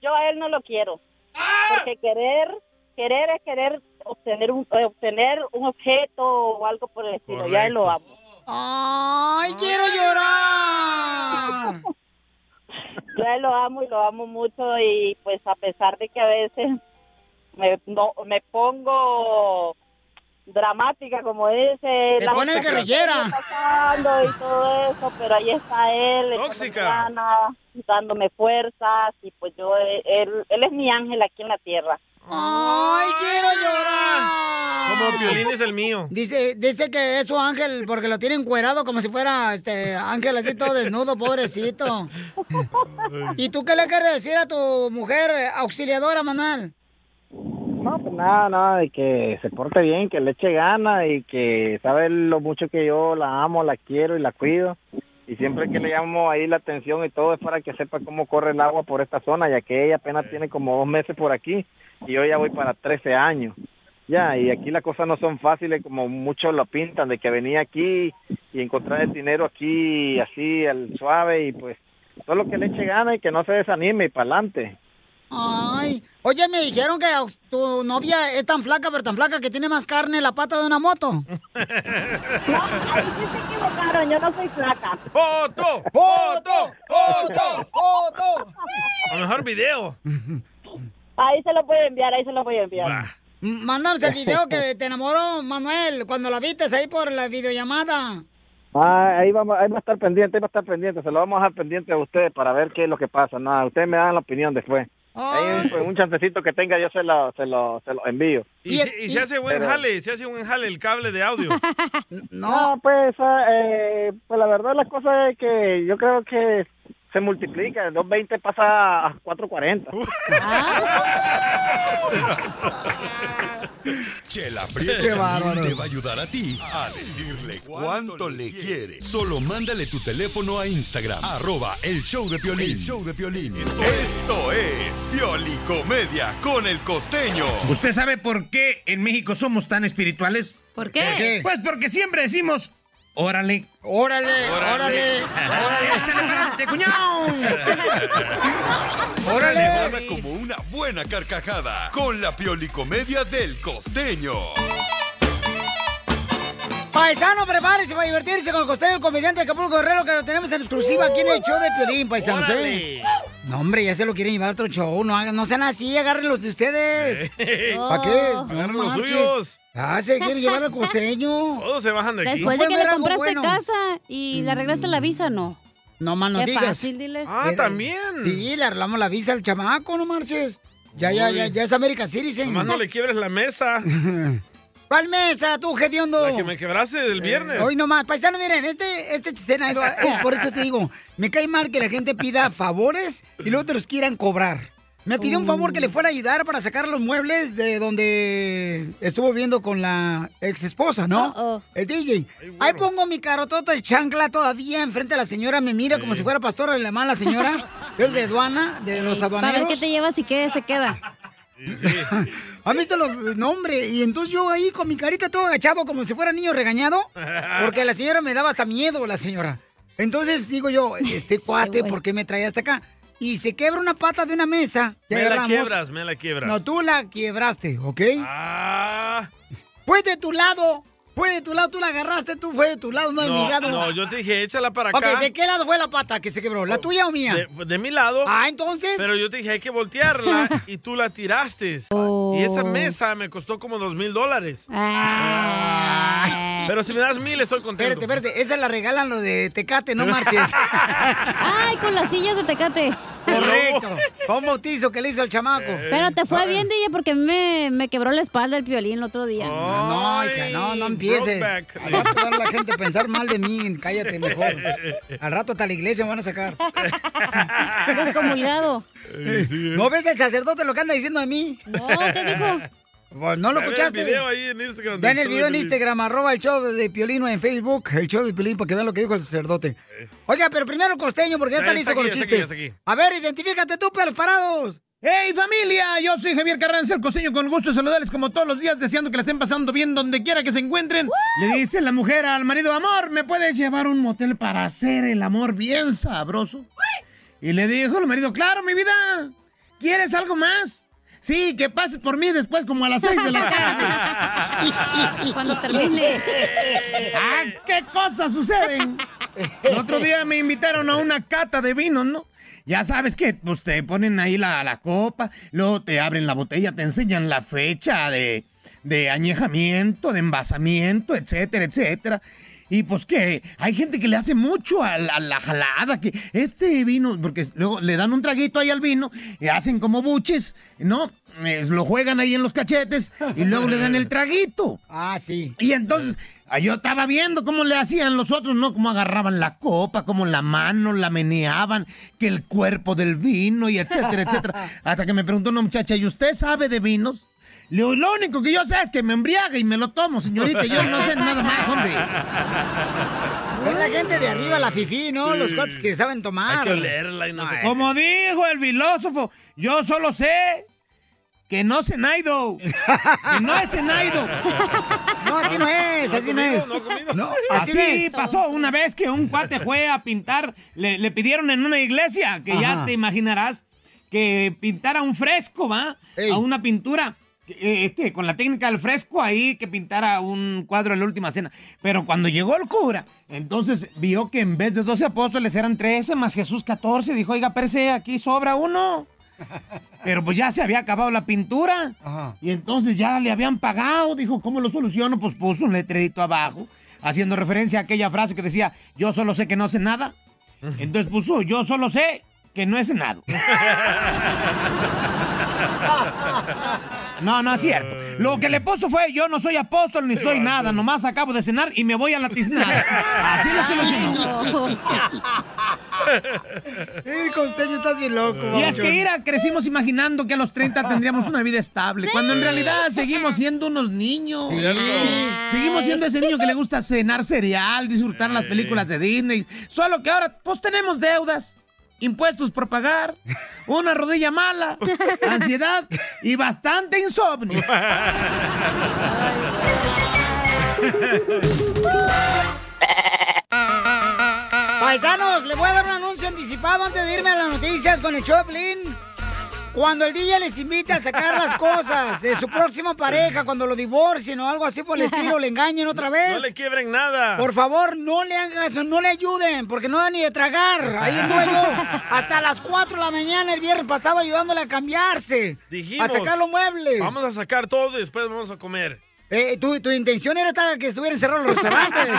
S13: yo a él no lo quiero.
S3: ¡Ah!
S13: Porque querer, querer es querer obtener un, eh, obtener un objeto o algo por el estilo. Ya él lo amo.
S3: ¡Ay, quiero llorar!
S13: Yo a él lo amo y lo amo mucho y pues a pesar de que a veces me, no- me pongo dramática como dice
S3: Te
S13: la
S3: pones
S13: situación
S3: guerrillera.
S13: que está pasando y todo eso pero ahí está él echándome
S4: Tóxica.
S13: ganas, dándome fuerzas y pues yo eh, él él es mi ángel aquí en la tierra
S3: ¡Ay, quiero llorar!
S4: Como Piolín es el mío.
S3: Dice, dice que es su ángel porque lo tiene encuerado como si fuera este ángel así todo desnudo, pobrecito. ¿Y tú qué le quieres decir a tu mujer eh, auxiliadora, Manuel?
S17: No, pues nada, nada, de que se porte bien, que le eche gana y que sabe lo mucho que yo la amo, la quiero y la cuido. Y siempre que le llamo ahí la atención y todo es para que sepa cómo corre el agua por esta zona, ya que ella apenas tiene como dos meses por aquí y yo ya voy para 13 años. Ya, y aquí las cosas no son fáciles como muchos lo pintan, de que venía aquí y encontrar el dinero aquí así al suave y pues solo que le eche gana y que no se desanime y para adelante.
S3: Ay, oye, me dijeron que aux- tu novia es tan flaca, pero tan flaca que tiene más carne en la pata de una moto.
S13: equivocaron, yo no soy flaca.
S4: ¡Foto!
S3: ¡Foto!
S4: ¡Foto!
S3: ¡Foto!
S4: A lo mejor video.
S13: ahí se lo voy a enviar ahí se lo voy a enviar
S4: Ah.
S3: M- Mándanos el video que te enamoró, Manuel, cuando la viste ahí por la videollamada.
S17: Ah, ahí, vamos, ahí va a estar pendiente, ahí va a estar pendiente. Se lo vamos a dejar pendiente a ustedes para ver qué es lo que pasa. Nada, ustedes me dan la opinión después. Ahí pues, un chancecito que tenga yo se lo, se lo, se lo envío.
S4: Y, se, y se hace buen
S17: Pero-
S4: jale, se hace buen jale el cable de audio.
S17: No, pues, ah, eh, pues la verdad la cosa es que yo creo que se multiplica, de 2.20 pasa a 4.40.
S8: Chela Prieto
S17: Qué
S8: también
S17: bárbaro.
S8: te va a ayudar a ti a decirle cuánto le quiere. Solo mándale tu teléfono a Instagram, arroba el show de Piolín. show de Esto, esto es Pioli Comedia con el Costeño.
S15: ¿Usted sabe por qué en México somos tan espirituales?
S5: ¿Por
S8: qué? ¿Por qué?
S15: Pues porque siempre decimos, órale.
S3: Órale,
S8: órale,
S15: órale. Échale para adelante, cuñao.
S8: Elevada como una buena carcajada con la Pioli Comedia del Costeño.
S3: Paisano, prepárese para divertirse con el costeño, el comediante de Acapulco Guerrero, que lo tenemos en exclusiva aquí en el show de Piolín, paisanos. ¿eh? No, hombre, ya se lo quieren llevar a otro show. No, hagan- no sean así, agarren los de ustedes.
S4: Ey.
S3: ¿Para qué?
S4: Oh.
S3: No
S4: Agarren los
S3: marches.
S4: suyos.
S3: Ah, se quiere llevar al costeño.
S4: Todos se bajan de aquí.
S5: Después de que le
S3: algo
S5: compraste
S3: bueno.
S5: casa y le arreglaste la visa, no.
S3: No más no
S5: Qué
S3: digas.
S5: fácil, diles.
S4: Ah,
S3: Eh, Sí, le arreglamos la visa al chamaco, no marches. Ya, ya,
S4: Uy.
S3: ya, ya es América Citizen.
S4: Nomás no le quiebres la mesa.
S3: ¿Cuál mesa, tú, hediondo?
S4: La que me quebraste del viernes.
S3: Hoy nomás, paisano, miren, este, este chisena, Edu, eh, por eso te digo, me cae mal que la gente pida favores y luego te los quieran cobrar. Me pidió un favor que
S4: Oh.
S3: le fuera a ayudar para sacar los muebles de donde estuvo viviendo con la ex esposa, ¿no? El DJ. Ahí pongo mi carotota de chancla todavía enfrente de la señora, me mira como si fuera pastora de la mala señora. Es de aduana, de los
S5: Para
S3: aduaneros.
S5: ver qué te llevas y qué se queda.
S3: ¿Han visto los nombres? Y entonces yo ahí con mi carita todo agachado como si fuera niño regañado, porque la señora me daba hasta miedo, la señora. Entonces digo yo, este cuate,
S4: güey.
S3: ¿por qué me trae hasta acá? Y se quiebra una pata de una mesa. que
S4: Me la
S3: agarramos.
S4: quiebras, me la quiebras. Ah.
S3: No, tú la quiebraste, ¿ok? Fue de tu lado, fue de tu lado, tú la agarraste, tú fue de tu lado, no de mi
S4: no,
S3: lado.
S4: no, yo te dije, échala para
S3: ok,
S4: acá. Oh,
S3: ¿de qué lado fue la pata que se quebró? ¿La tuya o mía?
S4: De, de mi lado.
S3: Ah, entonces.
S4: Pero yo te dije, hay que voltearla y tú la tiraste. Y
S3: Oh.
S4: esa mesa me costó como dos mil dólares.
S3: Ah.
S4: Ah. Pero si me das mil, estoy contento.
S3: Espérate, espérate, esa la regalan lo de Tecate, no marches.
S5: Ay, con las sillas de Tecate. Eh.
S3: Correcto. Fue un bautizo que le hizo el chamaco.
S5: Pero te fue bien, DJ, porque a mí me, me quebró la espalda el violín el otro día.
S3: Oh, No, hija, no, no empieces.
S4: Brokeback.
S3: Al rato va la gente a pensar mal de mí, cállate mejor. Al rato hasta la iglesia me van a sacar.
S5: Descomulgado.
S3: ¿No ves el sacerdote lo que anda diciendo de mí?
S5: No, ¿qué dijo?
S3: Pues no lo
S4: Ve
S3: escuchaste.
S4: el video ahí en Instagram.
S3: Vean el
S4: del show de
S3: video en
S4: Piolín.
S3: Instagram, arroba el show de Piolino en Facebook, el show de Piolín, para que vean lo que dijo el sacerdote. Oiga, pero primero Costeño, porque ya está,
S4: Ya Eh.
S3: listo
S4: está aquí,
S3: con los
S4: ya está aquí,
S3: chistes.
S4: ya está aquí.
S3: A ver, identifícate tú, perros parados.
S15: ¡Hey familia! Yo soy Javier Carranza, el costeño, con gusto de saludarles como todos los días, deseando que la estén pasando bien donde quiera que se encuentren. Le dice la mujer al marido, amor, ¿me puedes llevar a un motel para hacer el amor bien sabroso? Y le dijo el marido, claro, mi vida, ¿quieres algo más? Sí, que pases por mí después como a las seis de la tarde.
S5: Cuando termine.
S15: ¡Ah, qué cosas suceden! El otro día me invitaron a una cata de vinos, ¿no? Ya sabes que pues, te ponen ahí la, la copa, luego te abren la botella, te enseñan la fecha de, de añejamiento, de envasamiento, etcétera, etcétera. Y pues que hay gente que le hace mucho a la, a la jalada, que este vino, porque luego le dan un traguito ahí al vino, y hacen como buches, ¿no? Eh, lo juegan ahí en los cachetes y luego le dan el traguito.
S3: Ah, sí.
S15: Y entonces ah, yo estaba viendo cómo le hacían los otros, ¿no? Cómo agarraban la copa, cómo la mano la meneaban, que el cuerpo del vino y etcétera, etcétera. Hasta que me preguntó una muchacha, ¿y usted sabe de vinos? Le digo, lo único que yo sé es que me embriaga y me lo tomo, señorita. Yo no sé nada más, hombre.
S3: Es la gente de arriba, la fifí, ¿no? Los cuates que saben tomar. eh.
S15: Hay que
S4: olerla y no sé
S15: Como dijo el filósofo, yo solo sé que no se naido. Que no es Zenaido.
S3: No, así no es, así no es. No, así
S15: así
S3: no es.
S15: pasó una vez que un cuate fue a pintar, le, le pidieron en una iglesia, que
S3: Ajá.
S15: ya te imaginarás, que pintara un fresco, ¿va? A una pintura. eh, Este, con la técnica del fresco ahí que pintara un cuadro de la última cena. Pero cuando llegó el cura, entonces vio que en vez de 12 apóstoles eran 13 más Jesús 14. Dijo, oiga, perse, aquí sobra uno. Pero pues ya se había acabado la pintura. Y entonces ya le habían pagado. Dijo, ¿cómo lo soluciono? Pues puso un letrerito abajo, haciendo referencia a aquella frase que decía, yo solo sé que no sé nada. Entonces puso, yo solo sé que no he cenado. No, no es cierto. Lo que le puso fue, yo no soy apóstol ni soy nada, nomás acabo de cenar y me voy a la tiznada. Así lo solucionó.
S3: Eh, costeño, estás bien loco.
S15: Y es que, mira, crecimos imaginando que a los 30 tendríamos una vida estable, cuando en realidad seguimos siendo unos niños. Seguimos siendo ese niño que le gusta cenar cereal, disfrutar las películas de Disney, solo que ahora pues tenemos deudas. Impuestos por pagar, una rodilla mala, ansiedad y bastante insomnio.
S3: Paisanos, le voy a dar un anuncio anticipado antes de irme a las noticias con el Choplin. Cuando el DJ les invita a sacar las cosas de su próxima pareja, cuando lo divorcien o algo así por el estilo, le engañen otra vez.
S4: No le quiebren nada.
S3: Por favor, no le hagan eso, no le ayuden, porque no da ni de tragar. Ahí estuve yo hasta las 4 de la mañana el viernes pasado ayudándole a cambiarse.
S4: Dijimos,
S3: a sacar los muebles.
S4: Vamos a sacar todo y después vamos a comer.
S3: Eh, tu, tu intención era hasta que estuvieran cerrados los restaurantes.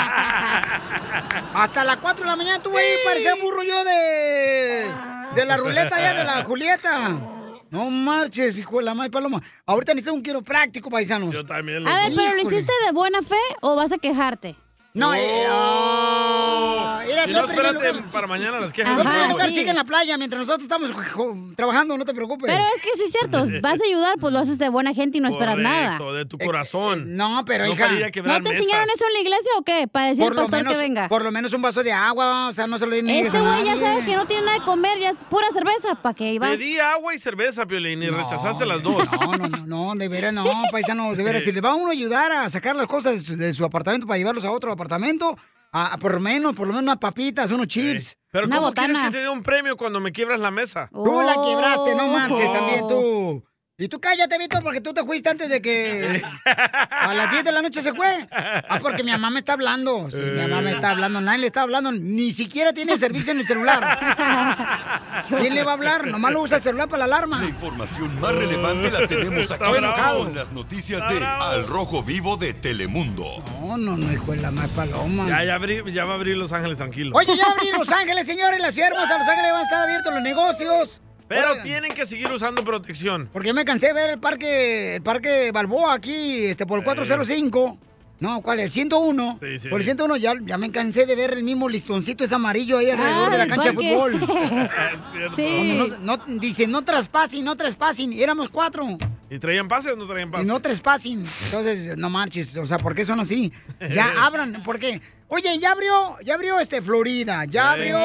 S3: hasta las 4 de la mañana estuve ahí, parecía burro yo de, de la ruleta allá de la Julieta. No marches, hijo de la madre paloma. Ahorita necesito un quiropráctico, paisanos. Yo
S4: también
S5: A ver, pero ¿lo hiciste de buena fe o vas a quejarte?
S3: No, eh, ah, mira,
S4: Si
S3: tú
S4: no,
S3: en primer
S4: espérate
S3: lugar-
S4: para mañana las quejas.
S3: En primer lugar,
S5: sí.
S3: eh, sigue en la playa mientras nosotros estamos jo- trabajando, no te preocupes.
S5: Pero es que sí es cierto, vas a ayudar, pues lo haces de buena gente y no esperas nada.
S4: Correcto, de tu corazón.
S3: No, pero hija,
S4: para ir a quebrar
S5: ¿No te
S4: mesas.
S5: enseñaron eso en la iglesia o qué? Para decir al
S3: Por lo
S5: pastor
S3: menos-
S5: que venga.
S3: Por lo menos un vaso de agua, o sea, no se lo niegues
S5: Este
S3: a
S5: güey ya
S3: nadie.
S5: sabe que no tiene nada de comer, ya es pura cerveza, ¿para qué ibas?
S4: Pedí agua y cerveza, Piolín, y rechazaste las dos.
S3: No, de veras no, paisanos, de veras. Si le va a uno a ayudar a sacar las cosas de su, de su apartamento para llevarlos a otro apartamento, a, a por lo menos, por lo menos unas papitas, unos chips.
S4: Pero ¿cómo quieres que te dé un premio cuando me quiebras la mesa?
S3: Tú la quebraste, no
S4: Oh.
S3: manches, también tú. Y tú cállate, Víctor, porque tú te fuiste antes de que a las 10 de la noche se fue. Ah, porque mi mamá me está hablando. Sí, mi mamá me está hablando, nadie le está hablando, ni siquiera tiene servicio en el celular. ¿Quién le va a hablar? Nomás lo usa el celular para la alarma.
S8: Información más relevante la tenemos
S3: Está
S8: aquí
S3: bravo.
S8: con las noticias de Al Rojo Vivo de Telemundo.
S3: No, no, no, hijo de la más paloma.
S4: Ya, ya, abrí- ya va a abrir Los Ángeles, tranquilo.
S3: Oye, ya abrí Los Ángeles, señores, la ciudad hermosa de Los Ángeles van a estar abiertos los negocios.
S4: Pero
S3: Oigan,
S4: tienen que seguir usando protección.
S3: porque yo me cansé de ver el parque, el parque Balboa aquí, este, por el 405. No, ¿cuál? El 101.
S4: Sí, sí.
S3: Por el 101 ya, ya me cansé de ver el mismo listoncito ese amarillo ahí alrededor
S4: Ah,
S3: de la
S4: el
S3: cancha de
S4: parque.
S3: fútbol.
S4: Es cierto.
S3: Donde No, no- dicen, no traspasen, no traspasen. Éramos cuatro.
S4: ¿Y traían pase o no traían pase?
S3: Y no traspasen. Entonces, no marches. O sea, ¿por qué son así? Ya abran, porque. Oye, ya abrió, ya abrió este Florida, ya
S10: Sí.
S3: abrió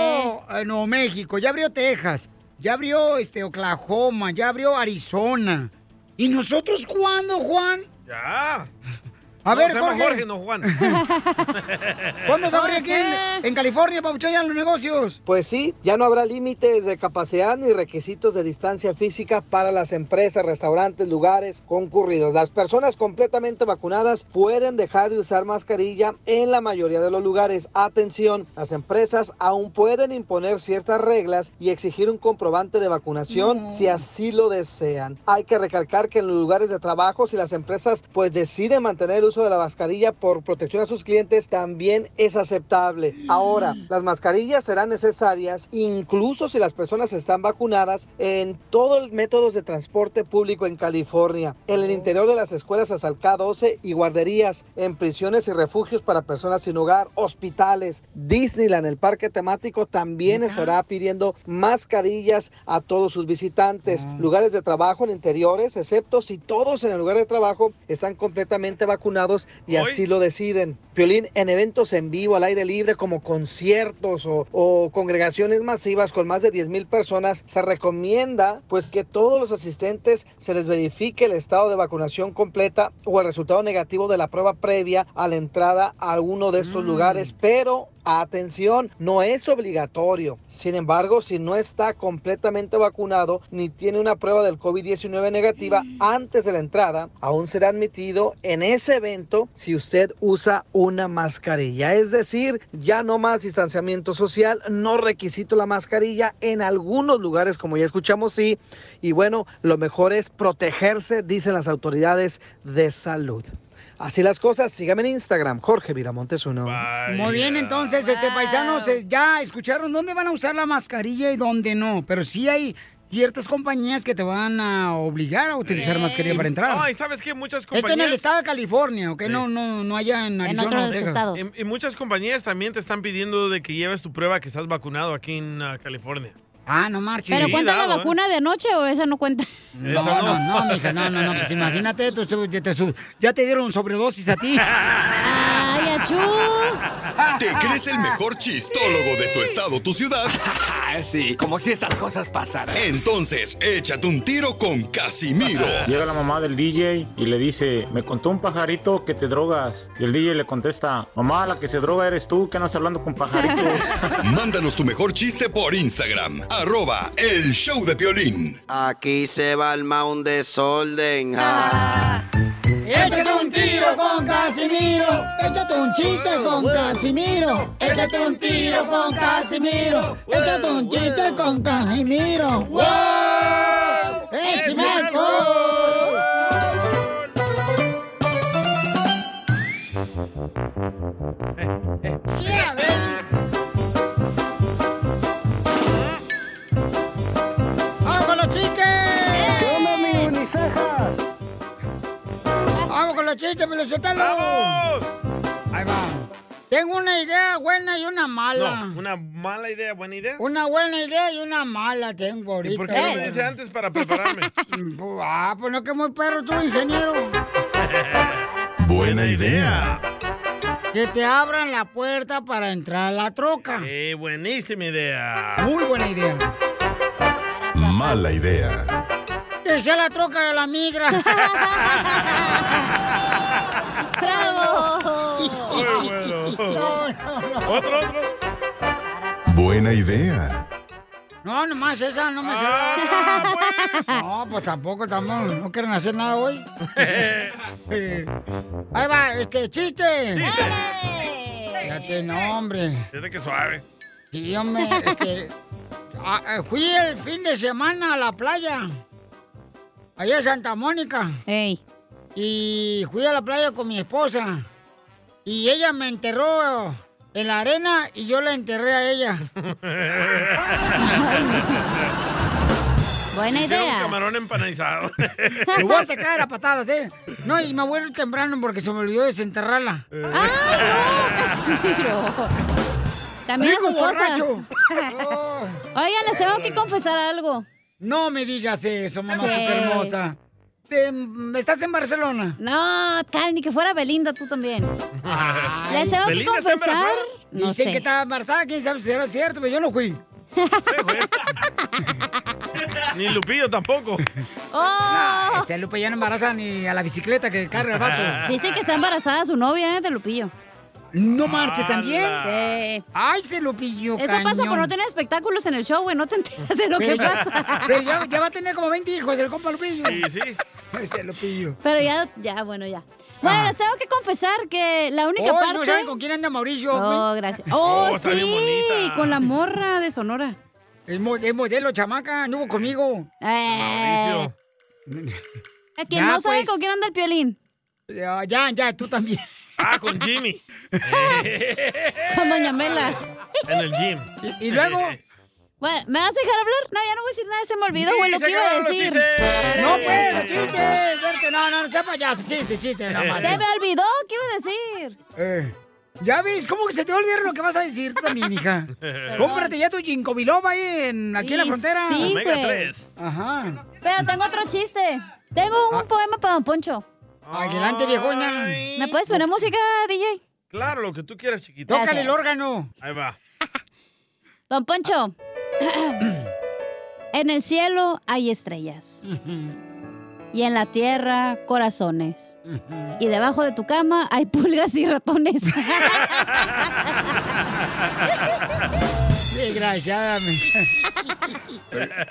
S3: eh, Nuevo México, ya abrió Texas, ya abrió este Oklahoma, ya abrió Arizona. ¿Y nosotros cuándo, Juan?
S4: Ya.
S3: A ver,
S4: se llama
S3: Jorge.
S4: Jorge, no Juan.
S3: ¿Cuándo se abrió aquí en, en California, Pabuchón, ya los negocios?
S6: Pues sí, ya no habrá límites de capacidad ni requisitos de distancia física para las empresas, restaurantes, lugares concurridos. Las personas completamente vacunadas pueden dejar de usar mascarilla en la mayoría de los lugares. Atención, las empresas aún pueden imponer ciertas reglas y exigir un comprobante de vacunación
S20: No.
S6: si así lo desean. Hay que recalcar que en los lugares de trabajo, si las empresas pues deciden mantener el uso de la mascarilla por protección a sus clientes, también es aceptable. Ahora, las mascarillas serán necesarias incluso si las personas están vacunadas en todos los métodos de transporte público en California, en el interior de las escuelas hasta el K-12 y guarderías, en prisiones y refugios para personas sin hogar, hospitales, Disneyland, el parque temático también estará pidiendo mascarillas a todos sus visitantes. Lugares de trabajo en interiores, excepto si todos en el lugar de trabajo están completamente vacunados y así lo deciden. Piolín, en eventos en vivo, al aire libre, como conciertos o, o congregaciones masivas con más de 10 mil personas, se recomienda pues que todos los asistentes se les verifique el estado de vacunación completa o el resultado negativo de la prueba previa a la entrada a alguno de estos lugares, pero Atención, no es obligatorio. Sin embargo, si no está completamente vacunado ni tiene una prueba del COVID-19 negativa antes de la entrada, aún será admitido en ese evento si usted usa una mascarilla. Es decir, ya no más distanciamiento social, no requisito la mascarilla en algunos lugares, como ya escuchamos, sí. Y bueno, lo mejor es protegerse, dicen las autoridades de salud. Así las cosas, síganme en Instagram, Jorge Viramontes uno.
S3: Muy bien, este, entonces, este paisanos, eh, ya escucharon dónde van a usar la mascarilla y dónde no. Pero sí hay ciertas compañías que te van a obligar a utilizar mascarilla para entrar.
S4: Ay, ¿sabes qué? Muchas
S3: Esto
S4: compañías...
S3: en el estado de California, ¿ok? No, no, no allá en Arizona o Texas.
S4: Y, y muchas compañías también te están pidiendo de que lleves tu prueba que estás vacunado aquí en ah, California.
S3: Ah, no marches.
S5: ¿Pero
S4: Sí,
S5: cuenta la
S4: dado, ¿eh?
S5: vacuna de anoche o esa no cuenta?
S3: No,
S4: Esa
S3: no,
S4: no.
S3: no, mija, no, no, no, pues imagínate, tú- tú- te- te- ya te dieron sobredosis a ti.
S5: ¡Ay,
S8: ¿Te crees el mejor chistólogo de tu estado, tu ciudad? sí, como si estas cosas pasaran. Entonces, échate un tiro con Casimiro.
S20: Llega la mamá del DJ y le dice, me contó un pajarito que te drogas. Y el DJ le contesta, mamá, la que se droga eres tú, que andas hablando con pajaritos.
S8: Mándanos tu mejor chiste por Instagram, arroba el show de Piolín. Aquí se va el mound desorden.
S26: Échate un tiro con Casimiro. Échate un chiste con Casimiro. Échate un tiro con Casimiro. Échate un chiste con Casimiro. ¡Wow! ¡Échame alcohol!
S3: ¡Vamos con los chistes! ¡Vamos con los chistes, Pelosotelo! ¡Vamos! Ahí va. Tengo una idea buena y una mala.
S4: No, una mala idea, buena idea.
S3: Una buena idea y una mala tengo ahorita.
S4: ¿Y por qué no me dice antes para prepararme?
S3: Ah, pues no que muy perro tú, ingeniero.
S8: Buena idea.
S3: Que te abran la puerta para entrar a la troca.
S4: Eh, buenísima idea.
S3: Muy buena idea.
S8: Mala idea.
S3: Que sea la troca de la migra.
S5: ¡Bravo!
S3: No, no, no.
S4: Otro, otro.
S8: Buena idea.
S3: No, nomás esa, no me se va. No, Ah, pues tampoco, tampoco. No quieren hacer nada hoy. Eh, Ahí va, este chiste. Fíjate, no, hombre.
S4: Fíjate que suave.
S3: Sí, hombre, este, a- eh, fui el fin de semana a la playa. Allá en Santa Mónica. Y fui a la playa con mi esposa. Y ella me enterró en la arena y yo la enterré a ella.
S4: Buena idea. Un camarón empanizado.
S3: Lo voy a sacar a patadas, ¿eh? No, y me voy a ir temprano porque se me olvidó desenterrarla.
S5: Eh.
S3: ¡Ah, no, Casimiro!
S5: También
S3: Viejo
S5: es su esposa.
S3: borracho.
S5: Oigan, les tengo que confesar algo.
S3: Oh. Eh. No me digas eso, mamá
S5: Sí.
S3: hermosa. Te- ¿Estás en Barcelona?
S5: No, Cal, ni que fuera Belinda, tú también. Les tengo que
S3: ¿Belinda está
S5: confesar.
S3: embarazada?
S5: No
S3: Dicen
S5: sé.
S3: que estaba embarazada, quién sabe si era cierto, pero yo no fui.
S4: Ni Lupillo tampoco.
S5: Oh.
S3: No, ese Lupe ya no embaraza ni a la bicicleta que carga el vato.
S5: Dicen que está embarazada su novia, ¿eh? De Lupillo.
S3: No marches también.
S5: Sí.
S3: Ay, se Lupillo.
S5: Eso pasa
S3: cañón.
S5: por no tener espectáculos en el show, güey. No te enteras de lo
S3: Pero
S5: que
S3: ya-
S5: pasa.
S3: Pero ya, ya va a tener como 20 hijos el compa Lupillo.
S4: Sí, sí.
S3: Ese Lupillo.
S5: Pero ya, ya, bueno, ya. Bueno, les tengo que confesar que la única
S3: Hoy
S5: parte.
S3: no saben con quién anda Mauricio.
S5: Oh,
S3: güey.
S5: gracias. Oh,
S3: Oh, está
S5: sí,
S3: bien bonita.
S5: con la morra de Sonora.
S3: Es, mo- es modelo, chamaca, anduvo conmigo.
S5: Eh, a quien
S3: Ya,
S5: no sabe
S3: pues.
S5: con quién anda el piolín.
S3: Ya, ya, ya, tú también.
S4: Ah, con Jimmy.
S5: Con Doña
S3: Ah.
S5: Mela.
S4: En el gym.
S3: Y, luego.
S5: Bueno, ¿me vas a dejar hablar? No, ya no voy a decir nada, se me olvidó,
S3: Sí,
S5: güey, lo
S3: se
S5: que iba a
S3: acabaron los
S5: decir.
S3: chistes. No, pues, los chistes. Verte, no, no, no, sea payaso, chiste, chiste, no más.
S5: Se me olvidó, ¿qué iba a decir?
S3: Eh, ya ves, ¿cómo que se te va a olvidar lo que vas a decir tú también, hija? Cómprate ya tu ginkgo biloba ahí en, aquí en la
S5: Y
S3: frontera.
S5: sí, Omega güey. 3.
S3: Ajá.
S5: Pero tengo otro chiste. Tengo
S3: Ah.
S5: un poema para Don Poncho.
S3: Adelante, viejona.
S5: ¿Me puedes poner música, DJ?
S4: Claro, lo que tú quieras, chiquito.
S5: Tócale Gracias. el órgano.
S4: Ahí va.
S5: Don Poncho. en el cielo hay estrellas. Y en la tierra, corazones. Y debajo de tu cama hay pulgas y ratones.
S3: Desgraciada, me.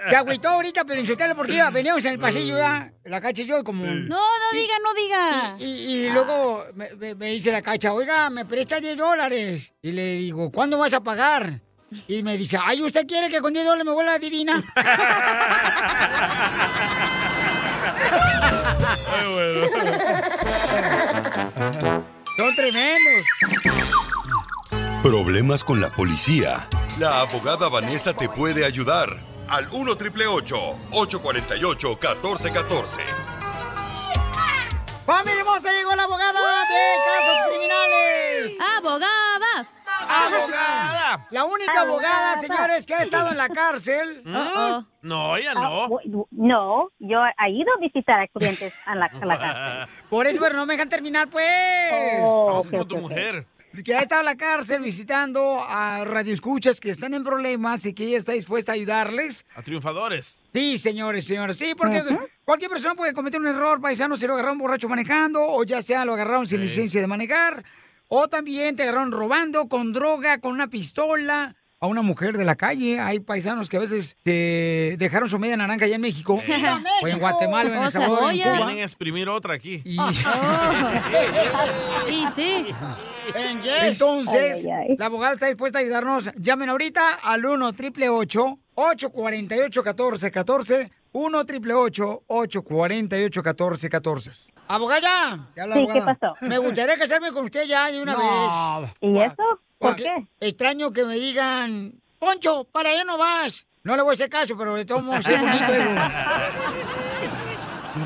S3: Te agüitó ahorita, pero insultalo porque iba, veníamos en el pasillo, ¿verdad? La cacha y yo, y como.
S5: No, no diga, no diga.
S3: Y, y luego me, me- me dice la cacha, oiga, me presta 10 dólares. Y le digo, ¿cuándo vas a pagar? Y me dice, ay, ¿usted quiere que con 10 dólares me vuelva a divina? Son tremendos.
S8: Problemas con la policía. La abogada Vanessa te puede ayudar. al 1 848 1414.
S3: ¡Familia hermosa! Llegó la abogada de casos criminales.
S5: ¡Abogada!
S3: ¡Abogada! La única abogada, señores, que ha estado en la cárcel.
S4: Mm, No, ella
S3: Ah,
S4: no.
S25: No, yo he ido a visitar a clientes a la, a la casa.
S3: Por eso, pero no me dejan terminar, pues.
S25: Oh,
S4: Como tu Ah, mujer.
S3: Que ha estado en la cárcel visitando a radioescuchas que están en problemas y que ella está dispuesta a ayudarles.
S4: A triunfadores.
S3: Sí, señores, señores. Sí, porque cualquier persona puede cometer un error, paisano, si lo agarraron borracho manejando, o ya sea lo agarraron sin licencia de manejar, o también te agarraron robando con droga, con una pistola. A una mujer de la calle, hay paisanos que a veces te dejaron su media naranja allá en México, o Pues en Guatemala, o en El Salvador, en Cuba.
S4: Vienen a exprimir otra aquí.
S3: Y sí.
S4: yes.
S3: Entonces,
S4: Ay,
S3: la abogada está dispuesta a ayudarnos. Llamen ahorita al 1 888 848 1414 1 888 848 1414 Abogada, te habla
S25: Sí,
S3: abogada.
S25: ¿qué pasó?
S3: Me gustaría casarme con usted ya de una
S25: No.
S3: vez.
S25: ¿Y eso? ¿Por
S3: Porque Extraño que me digan, Poncho, para allá no vas. No le voy a hacer caso, pero le tomo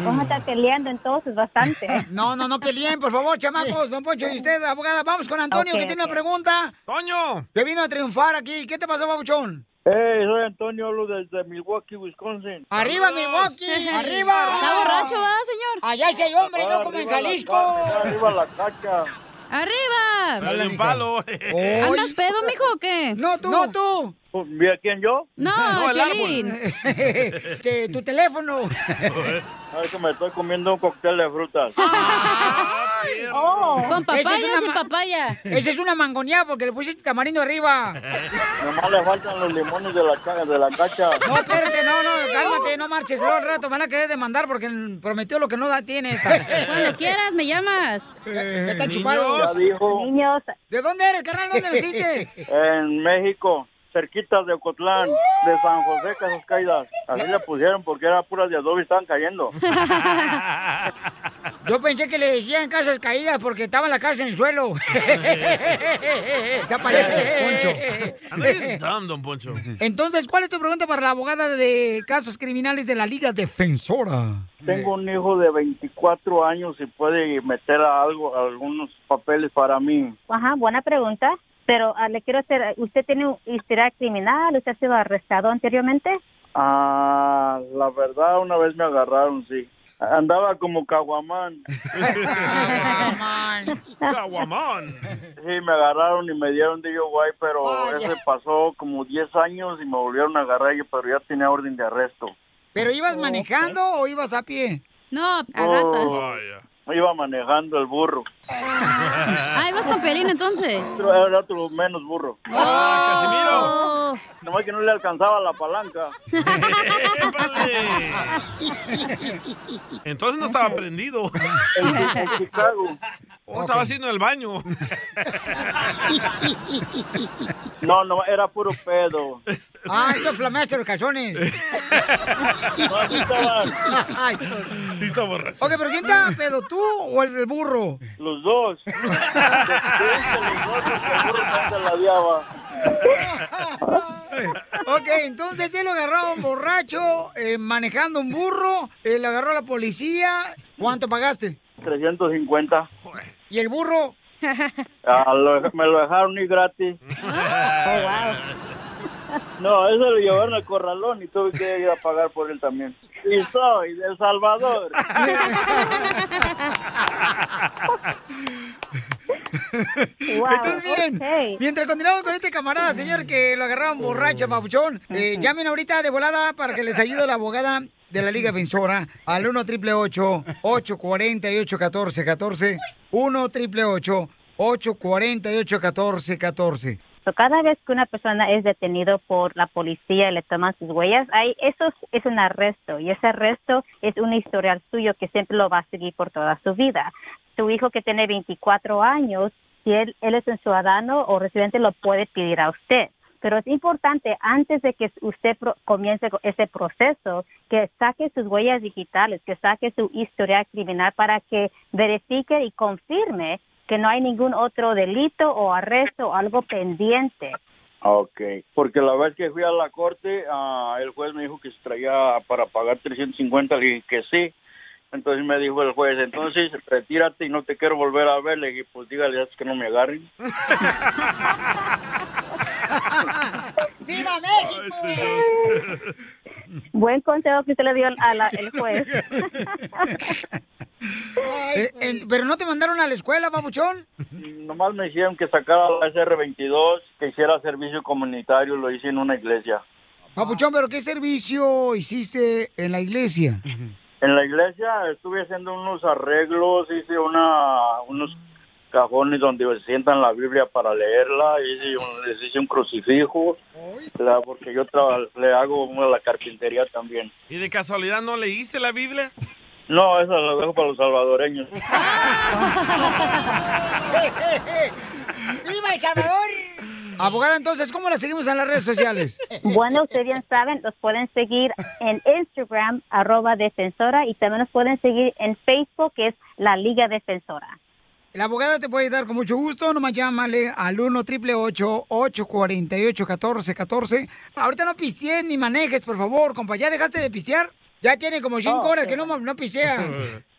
S25: Vamos a estar peleando entonces bastante.
S3: No, no, no peleen, por favor, chamacos. Don Poncho y usted, abogada, vamos con Antonio,
S25: Ok,
S3: que tiene una pregunta.
S4: ¡Toño!
S3: Que vino a triunfar aquí. ¿Qué te pasó, babuchón?
S21: Hey, soy Antonio, hablo desde Milwaukee, Wisconsin.
S3: ¡Arriba, Milwaukee! ¡Arriba!
S5: Está borracho, ¿va, señor?
S3: Allá sí hay hombre, no como en
S21: Arriba la
S3: Jalisco.
S21: caca, arriba la caca.
S5: ¡Arriba!
S21: Dale un palo.
S5: ¿Andas pedo, mijo, o qué?
S3: No, tú. No, tú.
S21: ¿Mira Pues, quién yo?
S5: No, No, el Piolín.
S3: que tu teléfono.
S21: Ay, que me estoy comiendo un cóctel de frutas.
S3: Ah.
S5: ¿Con
S3: Esa es
S5: papaya
S3: una
S5: o sin
S3: ma-
S5: papaya?
S3: Esa es una mangoneada porque le pusiste tamarindo arriba.
S21: Nomás le faltan los limones de la, ca- de la cacha.
S3: No, espérate, no, no, cálmate, no marches. Luego al rato me van a querer demandar porque prometió lo que no da, tiene esta.
S5: Cuando quieras, me llamas.
S3: Ya están
S21: Niños.
S3: chupados.
S21: Ya dijo.
S25: Niños.
S3: ¿De dónde eres, carnal? ¿Dónde naciste?
S21: En México, cerquita de Ocotlán, de San José, Casas Caídas. Así le pusieron porque era puras de adobe y estaban cayendo.
S3: Yo pensé que le decían casas caídas porque estaba en la casa en el suelo. Se aparece,
S4: Anda bien dumb, don Poncho.
S3: Poncho. Entonces, ¿cuál es tu pregunta para la abogada de casos criminales de la Liga Defensora?
S21: Tengo un hijo de 24 años y puede meter a algo, algunos papeles para mí.
S25: Ajá, buena pregunta. Pero ah, le quiero hacer, ¿usted tiene un historial criminal? ¿Usted ha sido arrestado anteriormente?
S21: Ah, la verdad, una vez me agarraron, sí. Andaba como caguamán.
S4: Caguamán.
S21: Sí, me agarraron y me dieron DUI, pero
S3: Vaya.
S21: ese pasó como 10 años y me volvieron a agarrar, yo- pero ya tenía orden de arresto.
S3: ¿Pero ibas manejando o ibas a pie?
S5: No, a
S21: Oh, Iba manejando el burro.
S5: Ah, vas con Piolín entonces.
S21: Pero Era otro menos burro.
S5: ¡Ah, Casimiro!
S21: Nomás que no le alcanzaba la palanca.
S4: Entonces no estaba prendido.
S21: En Chicago.
S4: Oh, estaba haciendo el baño.
S21: No, no, era puro pedo.
S3: Ah, yo flameaste los calzones. Ay,
S4: Listo, borracho.
S3: Ok, pero ¿quién está pedo, tú o el, el burro?
S21: Los dos.
S3: ok, entonces él lo agarró un borracho, eh, manejando un burro, eh, lo agarró la policía. ¿Cuánto pagaste?
S21: 350.
S3: ¿Y el burro?
S21: Ah, lo- me lo dejaron ir gratis. No, eso lo llevaron al corralón y tuve que ir a pagar por él también. Y soy de El Salvador.
S3: Entonces, miren, mientras continuamos con este camarada, señor, que lo agarraron borracho, papuchón, eh, llamen ahorita de volada para que les ayude la abogada de la Liga Defensora al 1 888 848 1414 1 888 848 1414
S25: So, cada vez que una persona es detenido por la policía y le toman sus huellas, ahí, eso es, es un arresto y ese arresto es un historial suyo que siempre lo va a seguir por toda su vida. Tu hijo que tiene 24 años, si él, él es un ciudadano o residente, lo puede pedir a usted. Pero es importante, antes de que usted pro- comience con ese proceso, que saque sus huellas digitales, que saque su historial criminal para que verifique y confirme que no hay ningún otro delito o arresto o algo pendiente.
S21: Ok, porque la vez que fui a la corte, ah, el juez me dijo que se traía para pagar 350, le dije que sí. Entonces me dijo el juez, entonces retírate y no te quiero volver a ver. Le dije, pues dígale es que no me agarren.
S26: ¡Viva México!
S25: Buen consejo que usted le dio a la- el juez.
S3: Eh, eh, ¿Pero no te mandaron a la escuela, babuchón?
S21: Nomás me hicieron que sacara la SR22, que hiciera servicio comunitario, lo hice en una iglesia.
S3: Papuchón, ¿pero qué servicio hiciste en la iglesia?
S21: En la iglesia estuve haciendo unos arreglos, hice una, unos cajones donde se sientan la Biblia para leerla, hice un, les hice un crucifijo, la- porque yo tra- le hago una- la carpintería también.
S4: ¿Y de casualidad no leíste la Biblia?
S21: No, eso lo dejo para los salvadoreños.
S3: ¡Viva El Salvador! Abogada, entonces, ¿cómo la seguimos en las redes sociales?
S25: Bueno, ustedes bien saben, los pueden seguir en Instagram, arroba defensora, y también nos pueden seguir en Facebook, que es la Liga Defensora.
S3: La abogada te puede ayudar con mucho gusto. Nomás llámale al 1 888 848 1414 Ahorita no pistees ni manejes, por favor, compa. ¿Ya dejaste de pistear? Ya tiene como cinco horas que no, no pistea.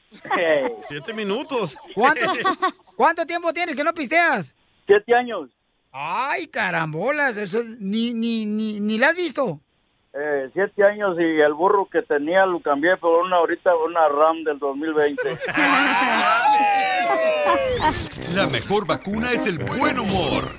S4: Siete minutos.
S3: ¿Cuánto, cuánto tiempo tienes que no pisteas?
S21: Siete años.
S3: Ay, carambolas. Eso ni, ni, ni, ni la has visto.
S21: Eh, siete años y el burro que tenía lo cambié por una ahorita una RAM del 2020.
S8: La mejor vacuna es el buen humor.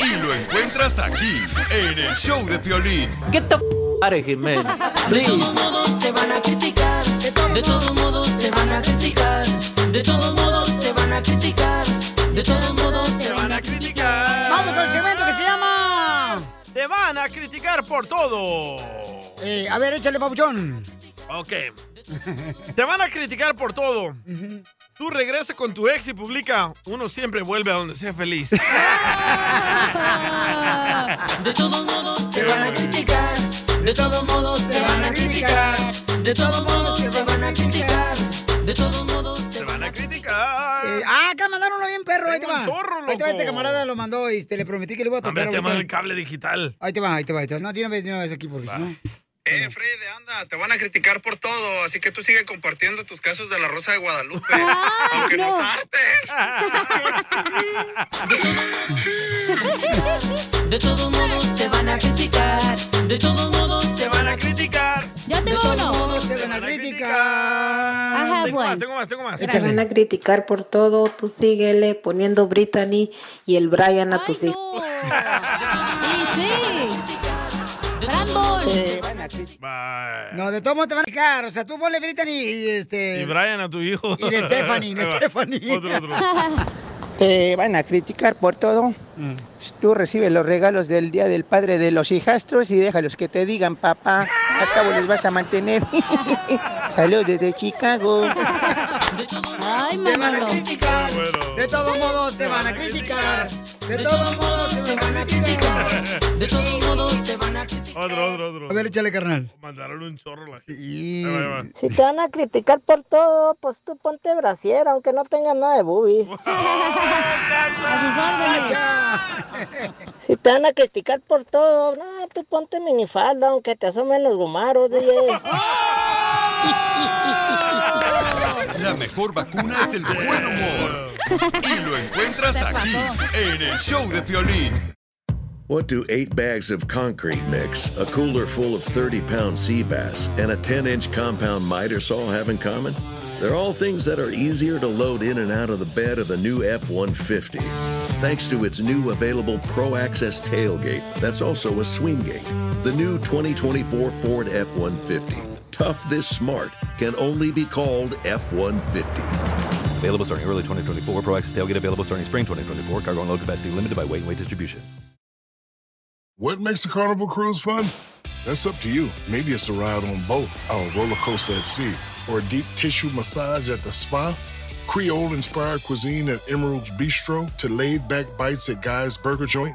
S8: Y lo encuentras aquí, en el show de Piolín.
S10: Get the
S8: Are Jiménez.
S10: De todos modos te van a criticar, de todos modos te van a criticar, de todos modos te van a criticar, de todos modos te van a criticar.
S3: Vamos con el segmento que se llama.
S4: Te van a criticar por todo.
S3: Eh, a ver, échale, papuchón.
S4: Ok. Te van a criticar por todo. Tú regresa con tu ex y publica, uno siempre vuelve a donde sea feliz.
S10: De todos modos te van a criticar, de todos modos te van a criticar, de todos modos te van a criticar, de todos modos te van a criticar.
S3: Eh, ah, acá mandaron uno bien perro. Ahí te
S10: Tengo
S3: va.
S10: un chorro,
S3: Ahí te va,
S10: loco.
S3: este camarada lo mandó y te le prometí que le iba a tocar.
S4: Hombre, te mando
S3: ahorita.
S4: el cable digital.
S3: Ahí te va, ahí te va, ahí te va. No, tiene una vez, de una vez aquí porque si no.
S7: Anda, Ah, te van a criticar por todo, así que tú sigue compartiendo tus casos de la Rosa de Guadalupe. aunque no,
S10: no. De todos modos te van a criticar, de todos modos te van a criticar.
S5: Yo
S10: tengo uno.
S3: te van a criticar.
S4: Tengo más, tengo más, tengo más.
S9: Te van a criticar por todo, tú síguele poniendo Brittany y el Brian a tus hijos.
S4: Eh,
S3: No, de todos modos te van a criticar. O sea, tú ponle Brittany y este.
S4: Y Brian a tu hijo.
S3: Y de Stephanie, de
S4: Ahí va.
S3: Stephanie.
S4: Otro, otro.
S22: Te van a criticar por todo. Pues, Tú recibes los regalos del Día del Padre de los hijastros y déjalos que te digan, papá, a cabo los vas a mantener. Saludos desde Chicago.
S5: Ay,
S3: Te van a
S5: Manolo.
S3: criticar. De todos modos te van a criticar. De todos modos te van a criticar.
S10: De todos modos te van a criticar.
S4: Otro, otro, otro.
S3: A ver, échale, carnal.
S4: Mandaron un chorro la gente. Ahí va, ahí va.
S23: Si te van a criticar por todo, pues tú ponte brasier, aunque no tengas nada de boobies. Si te van a criticar por todo, no, tú ponte minifalda, aunque te asomen los gumaros, DJ.
S4: ¡Ah!
S8: La mejor vacuna es el buen humor. Y lo encuentras aquí, en el show de Piolín.
S1: What do eight bags of concrete mix, a cooler full of 30 pound sea bass, and a 10 inch compound miter saw have in common? They're all things that are easier to load in and out of the bed of the new F 150, thanks to its new available Pro Access tailgate that's also a swing gate. The new 2024 Ford F 150, tough this smart, can only be called F 150.
S2: Available starting early 2024. Pro Access tailgate available starting spring 2024. Cargo and load capacity limited by weight and weight distribution.
S27: What makes a carnival cruise fun? That's up to you. Maybe it's a ride on boat, a roller coaster at sea, or a deep tissue massage at the spa. Creole inspired cuisine at Emerald's Bistro to laid back bites at Guy's Burger Joint.